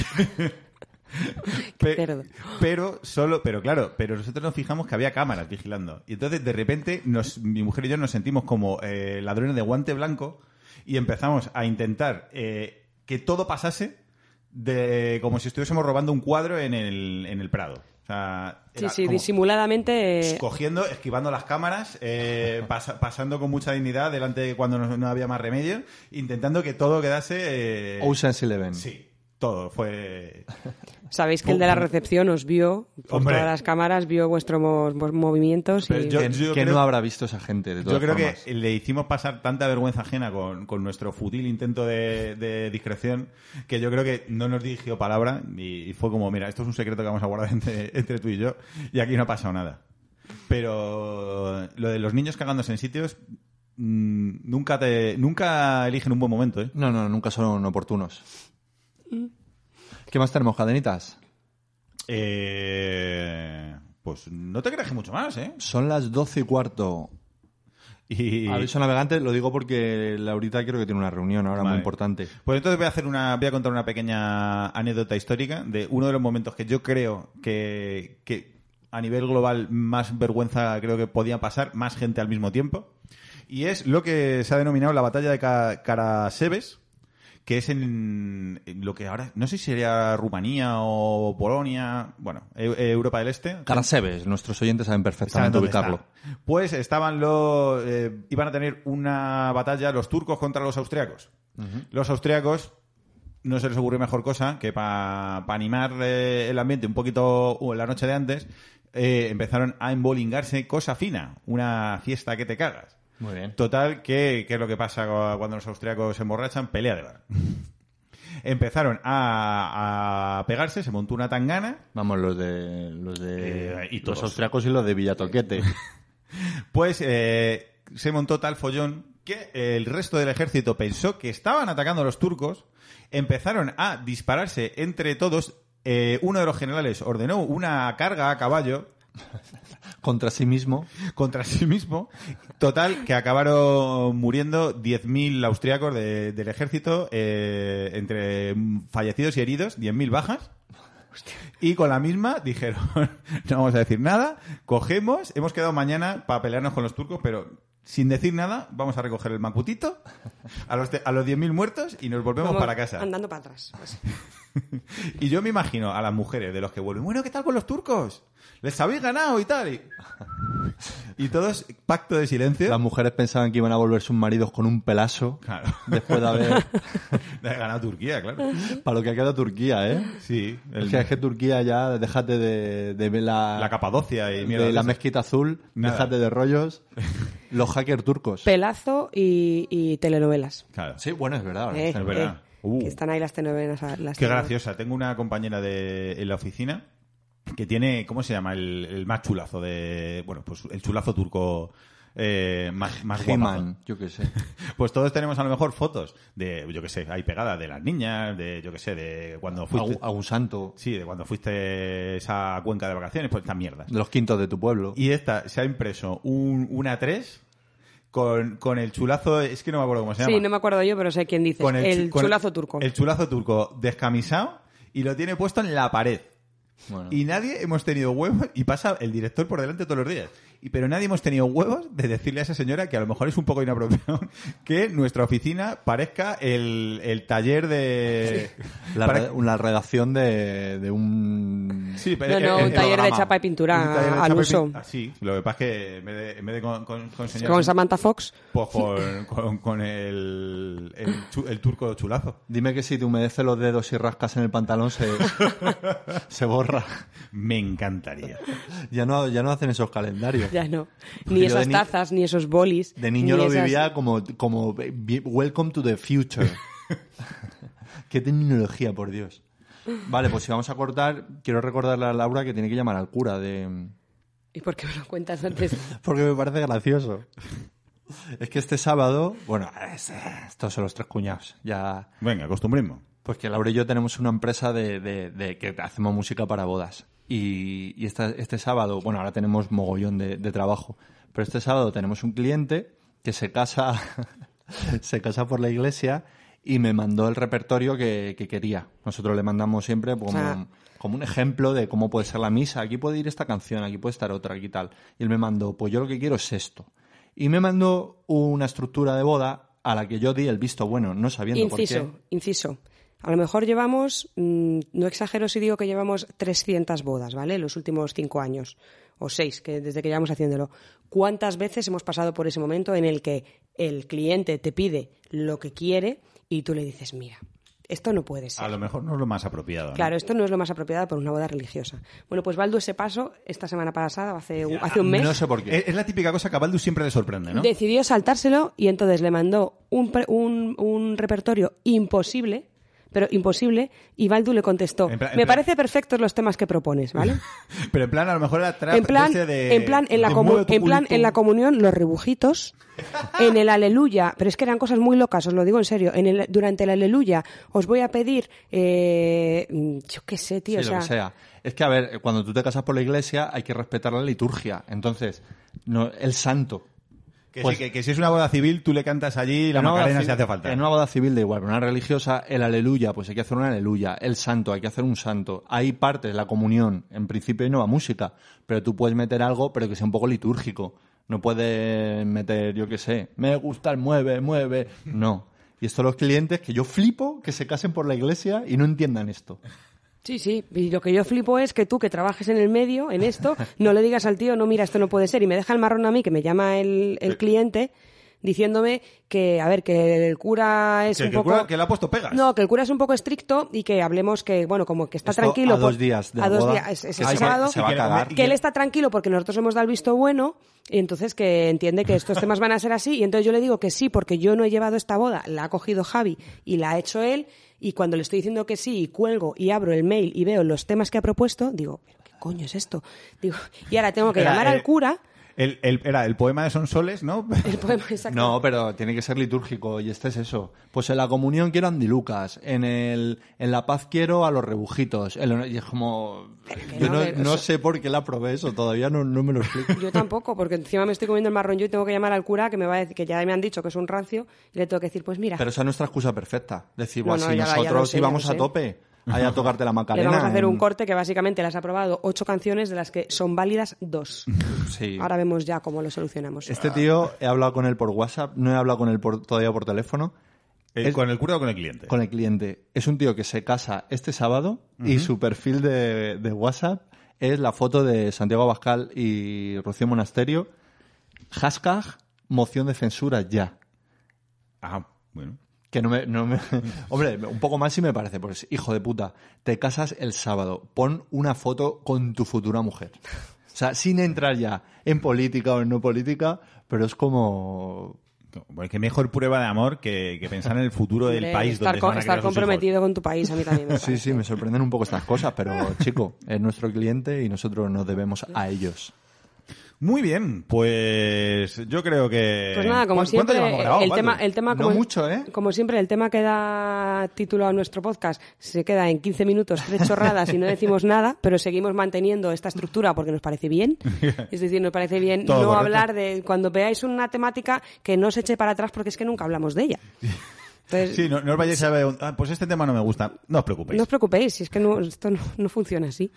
Pe-
cerdo.
Pero solo, pero claro, pero nosotros nos fijamos que había cámaras vigilando. Y entonces de repente nos, mi mujer y yo nos sentimos como eh, ladrones de guante blanco y empezamos a intentar eh, que todo pasase de como si estuviésemos robando un cuadro en el, en el Prado. O sea,
Sí,
era
sí,
como
disimuladamente. eh,
cogiendo, esquivando las cámaras, eh, pasa- pasando con mucha dignidad delante de cuando no, no había más remedio, intentando que todo quedase. eh,
Ocean's Eleven.
sí, todo fue.
Sabéis que el de la recepción os vio, por
Hombre.
todas las cámaras, vio vuestros mo- mo- movimientos
Pero
y.
yo-
Que, que
creo-
no habrá visto esa gente, de todas
Yo creo que
formas.
le hicimos pasar tanta vergüenza ajena con, con nuestro futil intento de, de discreción que yo creo que no nos dirigió palabra y, y fue como, mira, esto es un secreto que vamos a guardar entre, entre tú y yo y aquí no ha pasado nada. Pero lo de los niños cagándose en sitios mm, nunca te nunca eligen un buen momento, ¿eh?
No, no, nunca son oportunos. ¿Qué más tenemos, cadenitas?
Eh, pues no te creas que mucho más, ¿eh?
Son las 12 y cuarto.
Y,
Aviso navegante, lo digo porque Laurita creo que tiene una reunión ahora muy
Vale.
importante.
Pues entonces voy a hacer una, voy a contar una pequeña anécdota histórica de uno de los momentos que yo creo que, que a nivel global más vergüenza creo que podía pasar, más gente al mismo tiempo. Y es lo que se ha denominado la batalla de Ca- Carasebes, que es en en lo que ahora, no sé si sería Rumanía o Polonia, bueno, Eu- Europa del Este,
Carasebes, nuestros oyentes saben
¿Saben
perfectamente
dónde
ubicarlo.
está? Pues estaban los. eh, iban a tener una batalla los turcos contra los austriacos. Los austriacos. No se les ocurrió mejor cosa que para animar eh, el ambiente un poquito o la noche de antes, eh, empezaron a embolingarse cosa fina, una fiesta que te cagas.
Muy bien.
Total, ¿qué, qué es lo que pasa cu- cuando los austriacos se emborrachan? Pelea de bar. Empezaron a, a pegarse, se montó una tangana
Vamos, los de los de
Eh, y
los
todos.
austriacos y los de Villatoquete.
Pues eh, se montó tal follón que el resto del ejército pensó que estaban atacando a los turcos, empezaron a dispararse entre todos. eh, uno de los generales ordenó una carga a caballo
Contra sí mismo.
contra sí mismo. Total, que acabaron muriendo 10.000 austriacos de- del ejército, eh, entre fallecidos y heridos, 10.000 bajas. Y con la misma dijeron, no vamos a decir nada, cogemos, hemos quedado mañana para pelearnos con los turcos, pero sin decir nada, vamos a recoger el macutito a los, de- a los 10.000 muertos y nos volvemos
vamos
para casa.
Andando para atrás. así.
Y yo me imagino a las mujeres de los que vuelven, bueno, ¿qué tal con los turcos? Les habéis ganado y tal. Y, y todos, pacto de silencio.
Las mujeres pensaban que iban a volver sus maridos con un pelazo.
Claro.
Después de haber.
Le ha ganado Turquía, claro.
para lo que ha quedado Turquía, ¿eh?
Sí. el-
Es que, es que Turquía ya, déjate de, de ver la,
la Capadocia y
de
mierda. de
la
esas.
mezquita azul,
Nada.
déjate de rollos. Los hackers turcos.
Pelazo y, y telenovelas.
Claro.
Sí, bueno, es verdad. ahora
Eh,
está en-
verdad.
eh,
Uh.
que están ahí las telenovelas. las
Qué
telenovelas.
graciosa. Tengo una compañera de, en la oficina que tiene, ¿cómo se llama? El, el más chulazo de. Bueno, pues el chulazo turco eh, más, más guapazo.
He-Man, yo qué sé.
Pues todos tenemos a lo mejor fotos de, yo qué sé, hay pegadas de las niñas, de, yo qué sé, de cuando fuiste...
Agu- Agusanto,
Sí, de cuando fuiste esa cuenca de vacaciones, pues estas mierdas.
de los quintos de tu pueblo.
Y esta se ha impreso un, una 3 con, con el chulazo, es que no me acuerdo cómo se llama.
Sí, no me acuerdo yo, pero sé quién dice.
Con
El,
chu- con
chulazo turco.
El chulazo turco descamisado y lo tiene puesto en la pared.
Bueno.
Y nadie hemos tenido huevos, y pasa el director por delante todos los días, y, pero nadie hemos tenido huevos de decirle a esa señora, que a lo mejor es un poco inapropiado, que nuestra oficina parezca el, el taller de...
La,
pare-
re- la redacción de, de un...
Sí, pero
No,
el-
no,
el-
un
el
taller de
programa.
chapa y pintura
Un taller de
al
chapa y
uso.
pin- Ah, sí, lo que pasa es que en vez de, en vez de con, con, con señoras-
Con Samantha Fox.
pues con, con- con el, el, chu- el turco chulazo.
Dime que si te humedeces los dedos y rascas en el pantalón se, se borra.
Me encantaría.
Ya no, ya no hacen esos calendarios.
Ya no.
Porque
Ni
yo
esas
de ni-
tazas, ni esos bolis.
De niño
ni
lo
esas-
vivía como, como vi- Welcome to the Future. Qué tecnología, por Dios. Vale, pues si vamos a cortar, quiero recordarle a Laura que tiene que llamar al cura de...
¿Y por qué me lo cuentas antes?
Porque me parece gracioso. Es que este sábado, bueno, es- eh, estos son los tres cuñados. Ya,
Venga, acostumbrismo.
pues que Laura y yo tenemos una empresa de, de- de que hacemos música para bodas. Y, y esta- este sábado, bueno, ahora tenemos mogollón de, de trabajo, pero este sábado tenemos un cliente que se casa, se casa por la iglesia y me mandó el repertorio que, que quería. Nosotros le mandamos siempre como,
sea-
como un ejemplo de cómo puede ser la misa. Aquí puede ir esta canción, aquí puede estar otra, aquí tal. Y él me mandó, pues yo lo que quiero es esto. Y me mandó una estructura de boda a la que yo di el visto bueno, no sabiendo por qué.
Inciso, inciso. A lo mejor llevamos, mm, no exagero si digo que llevamos 300 bodas, ¿vale? Los últimos cinco años o seis, que desde que llevamos haciéndolo. ¿Cuántas veces hemos pasado por ese momento en el que el cliente te pide lo que quiere y tú le dices, mira, esto no puede ser.
A lo mejor no es lo más apropiado. ¿no?
Claro, esto no es lo más apropiado para una boda religiosa. Bueno, pues Baldu ese paso esta semana pasada, hace un, hace un mes,
No sé por qué.
Es, es la típica cosa que a Baldu siempre le sorprende, ¿no?
decidió saltárselo y entonces le mandó un, pre- un, un repertorio imposible, pero imposible, y Baldu le contestó,
En plan- en
me
plan-
parece perfectos los temas que propones, ¿vale?
Pero en plan, a lo mejor era trap
en plan,
de ese de-
en plan, en la,
de
comu-
mueve tu
en plan,
culito.
en la comunión, los rebujitos, en el aleluya, pero es que eran cosas muy locas, os lo digo en serio, en el, durante el aleluya os voy a pedir, eh, yo qué sé, tío,
Sí,
o
lo que
sea,
sea. Es que, a ver, cuando tú te casas por la iglesia hay que respetar la liturgia. Entonces, no, el santo.
Que, sí,
Pues-
que, que si es una boda civil, tú le cantas allí y la
En una boda
macarena
civil-
si hace falta.
En una boda civil da igual, pero en una religiosa, el aleluya, pues hay que hacer un aleluya. El santo, hay que hacer un santo. Hay partes, la comunión, en principio no va música, pero tú puedes meter algo, pero que sea un poco litúrgico. No puedes meter, yo qué sé, me gusta el mueve, mueve. No. Y esto los clientes que yo flipo que se casen por la iglesia y no entiendan esto.
Sí, sí, y lo que yo flipo es que tú que trabajes en el medio, en esto, no le digas al tío, no, mira, esto no puede ser, y me deja el marrón a mí, que me llama el, el cliente, diciéndome que, a ver, que el cura es
Que-
un
que el
poco...
cura- que le ha puesto pegas.
No, que el cura es un poco estricto y que hablemos que, bueno, como que está
Esto
tranquilo...
a dos
por-
días de
a
la
dos
boda.
días, es- es
Ay,
el
que
sábado,
se va a
y
cagar.
y
que él está tranquilo porque nosotros hemos dado el visto bueno y entonces que entiende que estos temas van a ser así y entonces yo le digo que sí porque yo no he llevado esta boda, la ha cogido Javi y la ha hecho él y cuando le estoy diciendo que sí y cuelgo y abro el mail y veo los temas que ha propuesto, digo, ¿pero qué coño es esto? Digo, y ahora tengo que
Era,
llamar
eh,
al cura,
El, el- era el poema de Sonsoles, ¿no?
el poema exacto.
No, pero tiene que ser litúrgico y este es eso. Pues en la comunión quiero a Andy Lucas, en, el, en la paz quiero a los rebujitos. en lo- y es como...
que
Yo
no,
no,
pero
no
eso-
sé por qué la probé eso, todavía no, no me lo explico.
Yo tampoco, porque encima me estoy comiendo el marrón yo y tengo que llamar al cura que me va a decir que ya me han dicho que es un rancio y le tengo que decir, pues mira,
Pero esa es nuestra excusa perfecta. Decir,
No,
"Buah,
no,
si
ya- ya lo
nosotros
sé, ya lo
íbamos a
sé".
tope, allá a tocarte la
le
Macarena.
vamos a hacer un
en-
corte que básicamente le has aprobado ocho canciones de las que son válidas dos.
Sí.
Ahora vemos ya cómo lo solucionamos.
Este tío, he hablado con él por WhatsApp, no he hablado con él por- todavía por teléfono.
El-
Es-
¿Con el cura o con el cliente?
con el cliente. Es un tío que se casa este sábado y su perfil de, de WhatsApp es la foto de Santiago Abascal y Rocío Monasterio. Hashtag moción de censura ya.
Ah, bueno.
Que no me, no me- Hombre, un poco más si me parece, pues hijo de puta, te casas el sábado, pon una foto con tu futura mujer. O sea, sin entrar ya en política o en no política, pero es como...
Bueno, qué mejor prueba de amor que, que pensar en el futuro del
Hombre,
país
estar,
donde se
co-
van a
estar
criar sus
comprometido con tu país a mí también me
Sí,
parece.
sí, me sorprenden un poco estas cosas, pero chico, es nuestro cliente y nosotros nos debemos a ellos.
hijos. Muy bien, pues yo creo que...
Pues nada, como
¿Cuánto- cuánto
siempre,
llevamos grabado,
el
Baldu?
tema, el tema
No
como,
mucho, ¿eh?
como siempre, el tema que da título a nuestro podcast se queda en 15 minutos, tres chorradas y no decimos nada, pero seguimos manteniendo esta estructura porque nos parece bien. Es decir, nos parece bien
Todo
no
correcto.
hablar de cuando veáis una temática que no se eche para atrás porque es que nunca hablamos de ella. Entonces,
Sí, no, no os vayáis a ver... "Ah, pues este tema no me gusta. No os preocupéis.
no os preocupéis, si es que no, esto no, no funciona así.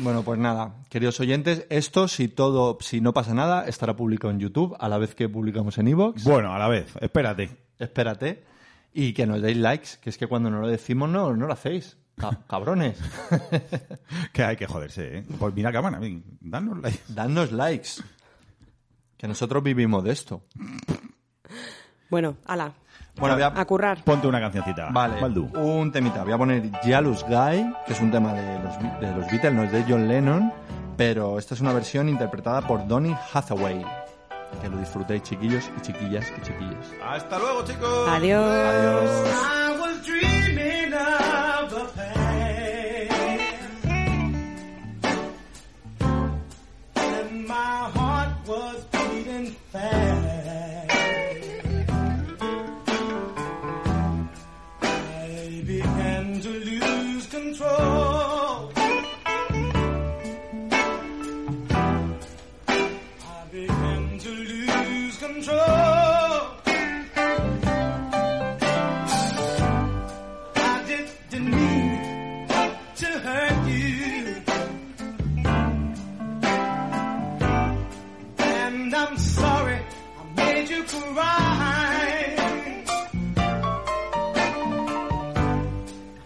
Bueno, pues nada, queridos oyentes, esto, si todo, si no pasa nada, estará publicado en YouTube a la vez que publicamos en Evox.
Bueno, a la vez, espérate.
Espérate. Y que nos deis likes, que es que cuando no lo decimos no, no lo hacéis. Ca- Cabrones.
Que hay que joderse, ¿eh? Pues mira, cámara, ven, danos la...
Dadnos likes. Que nosotros vivimos de esto.
Bueno, ala,
Bueno, voy a-
a currar.
Ponte una cancioncita.
Vale,
Baldu.
un temita. Voy a poner Jealous Guy, que es un tema de los, de los Beatles, no es de John Lennon, pero esta es una versión interpretada por Donny Hathaway. Que lo disfrutéis, chiquillos y chiquillas y chiquillos.
Hasta luego, chicos.
Adiós.
I was dreaming of the past, and my heart was beating fast. I began to lose control. I began to lose control. I didn't mean to hurt you. And I'm sorry I made you cry.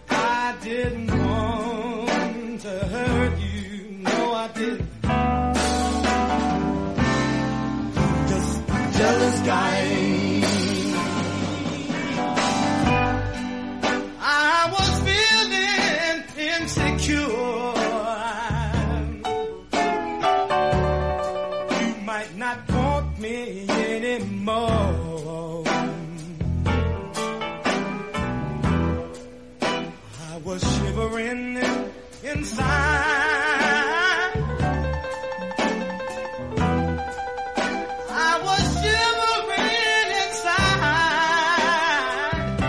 I didn't want to hurt you. No, I didn't. Just a jealous guy. I was feeling insecure. You might not want me anymore. I was shivering inside. I was shivering inside.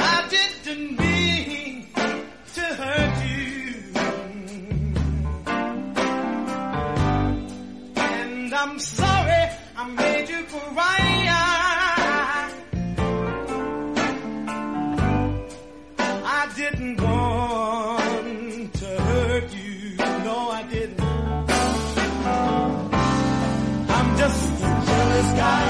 I didn't mean to hurt you. And I'm sorry I made you cry. I didn't want to hurt you. No, I didn't. I'm just a jealous guy.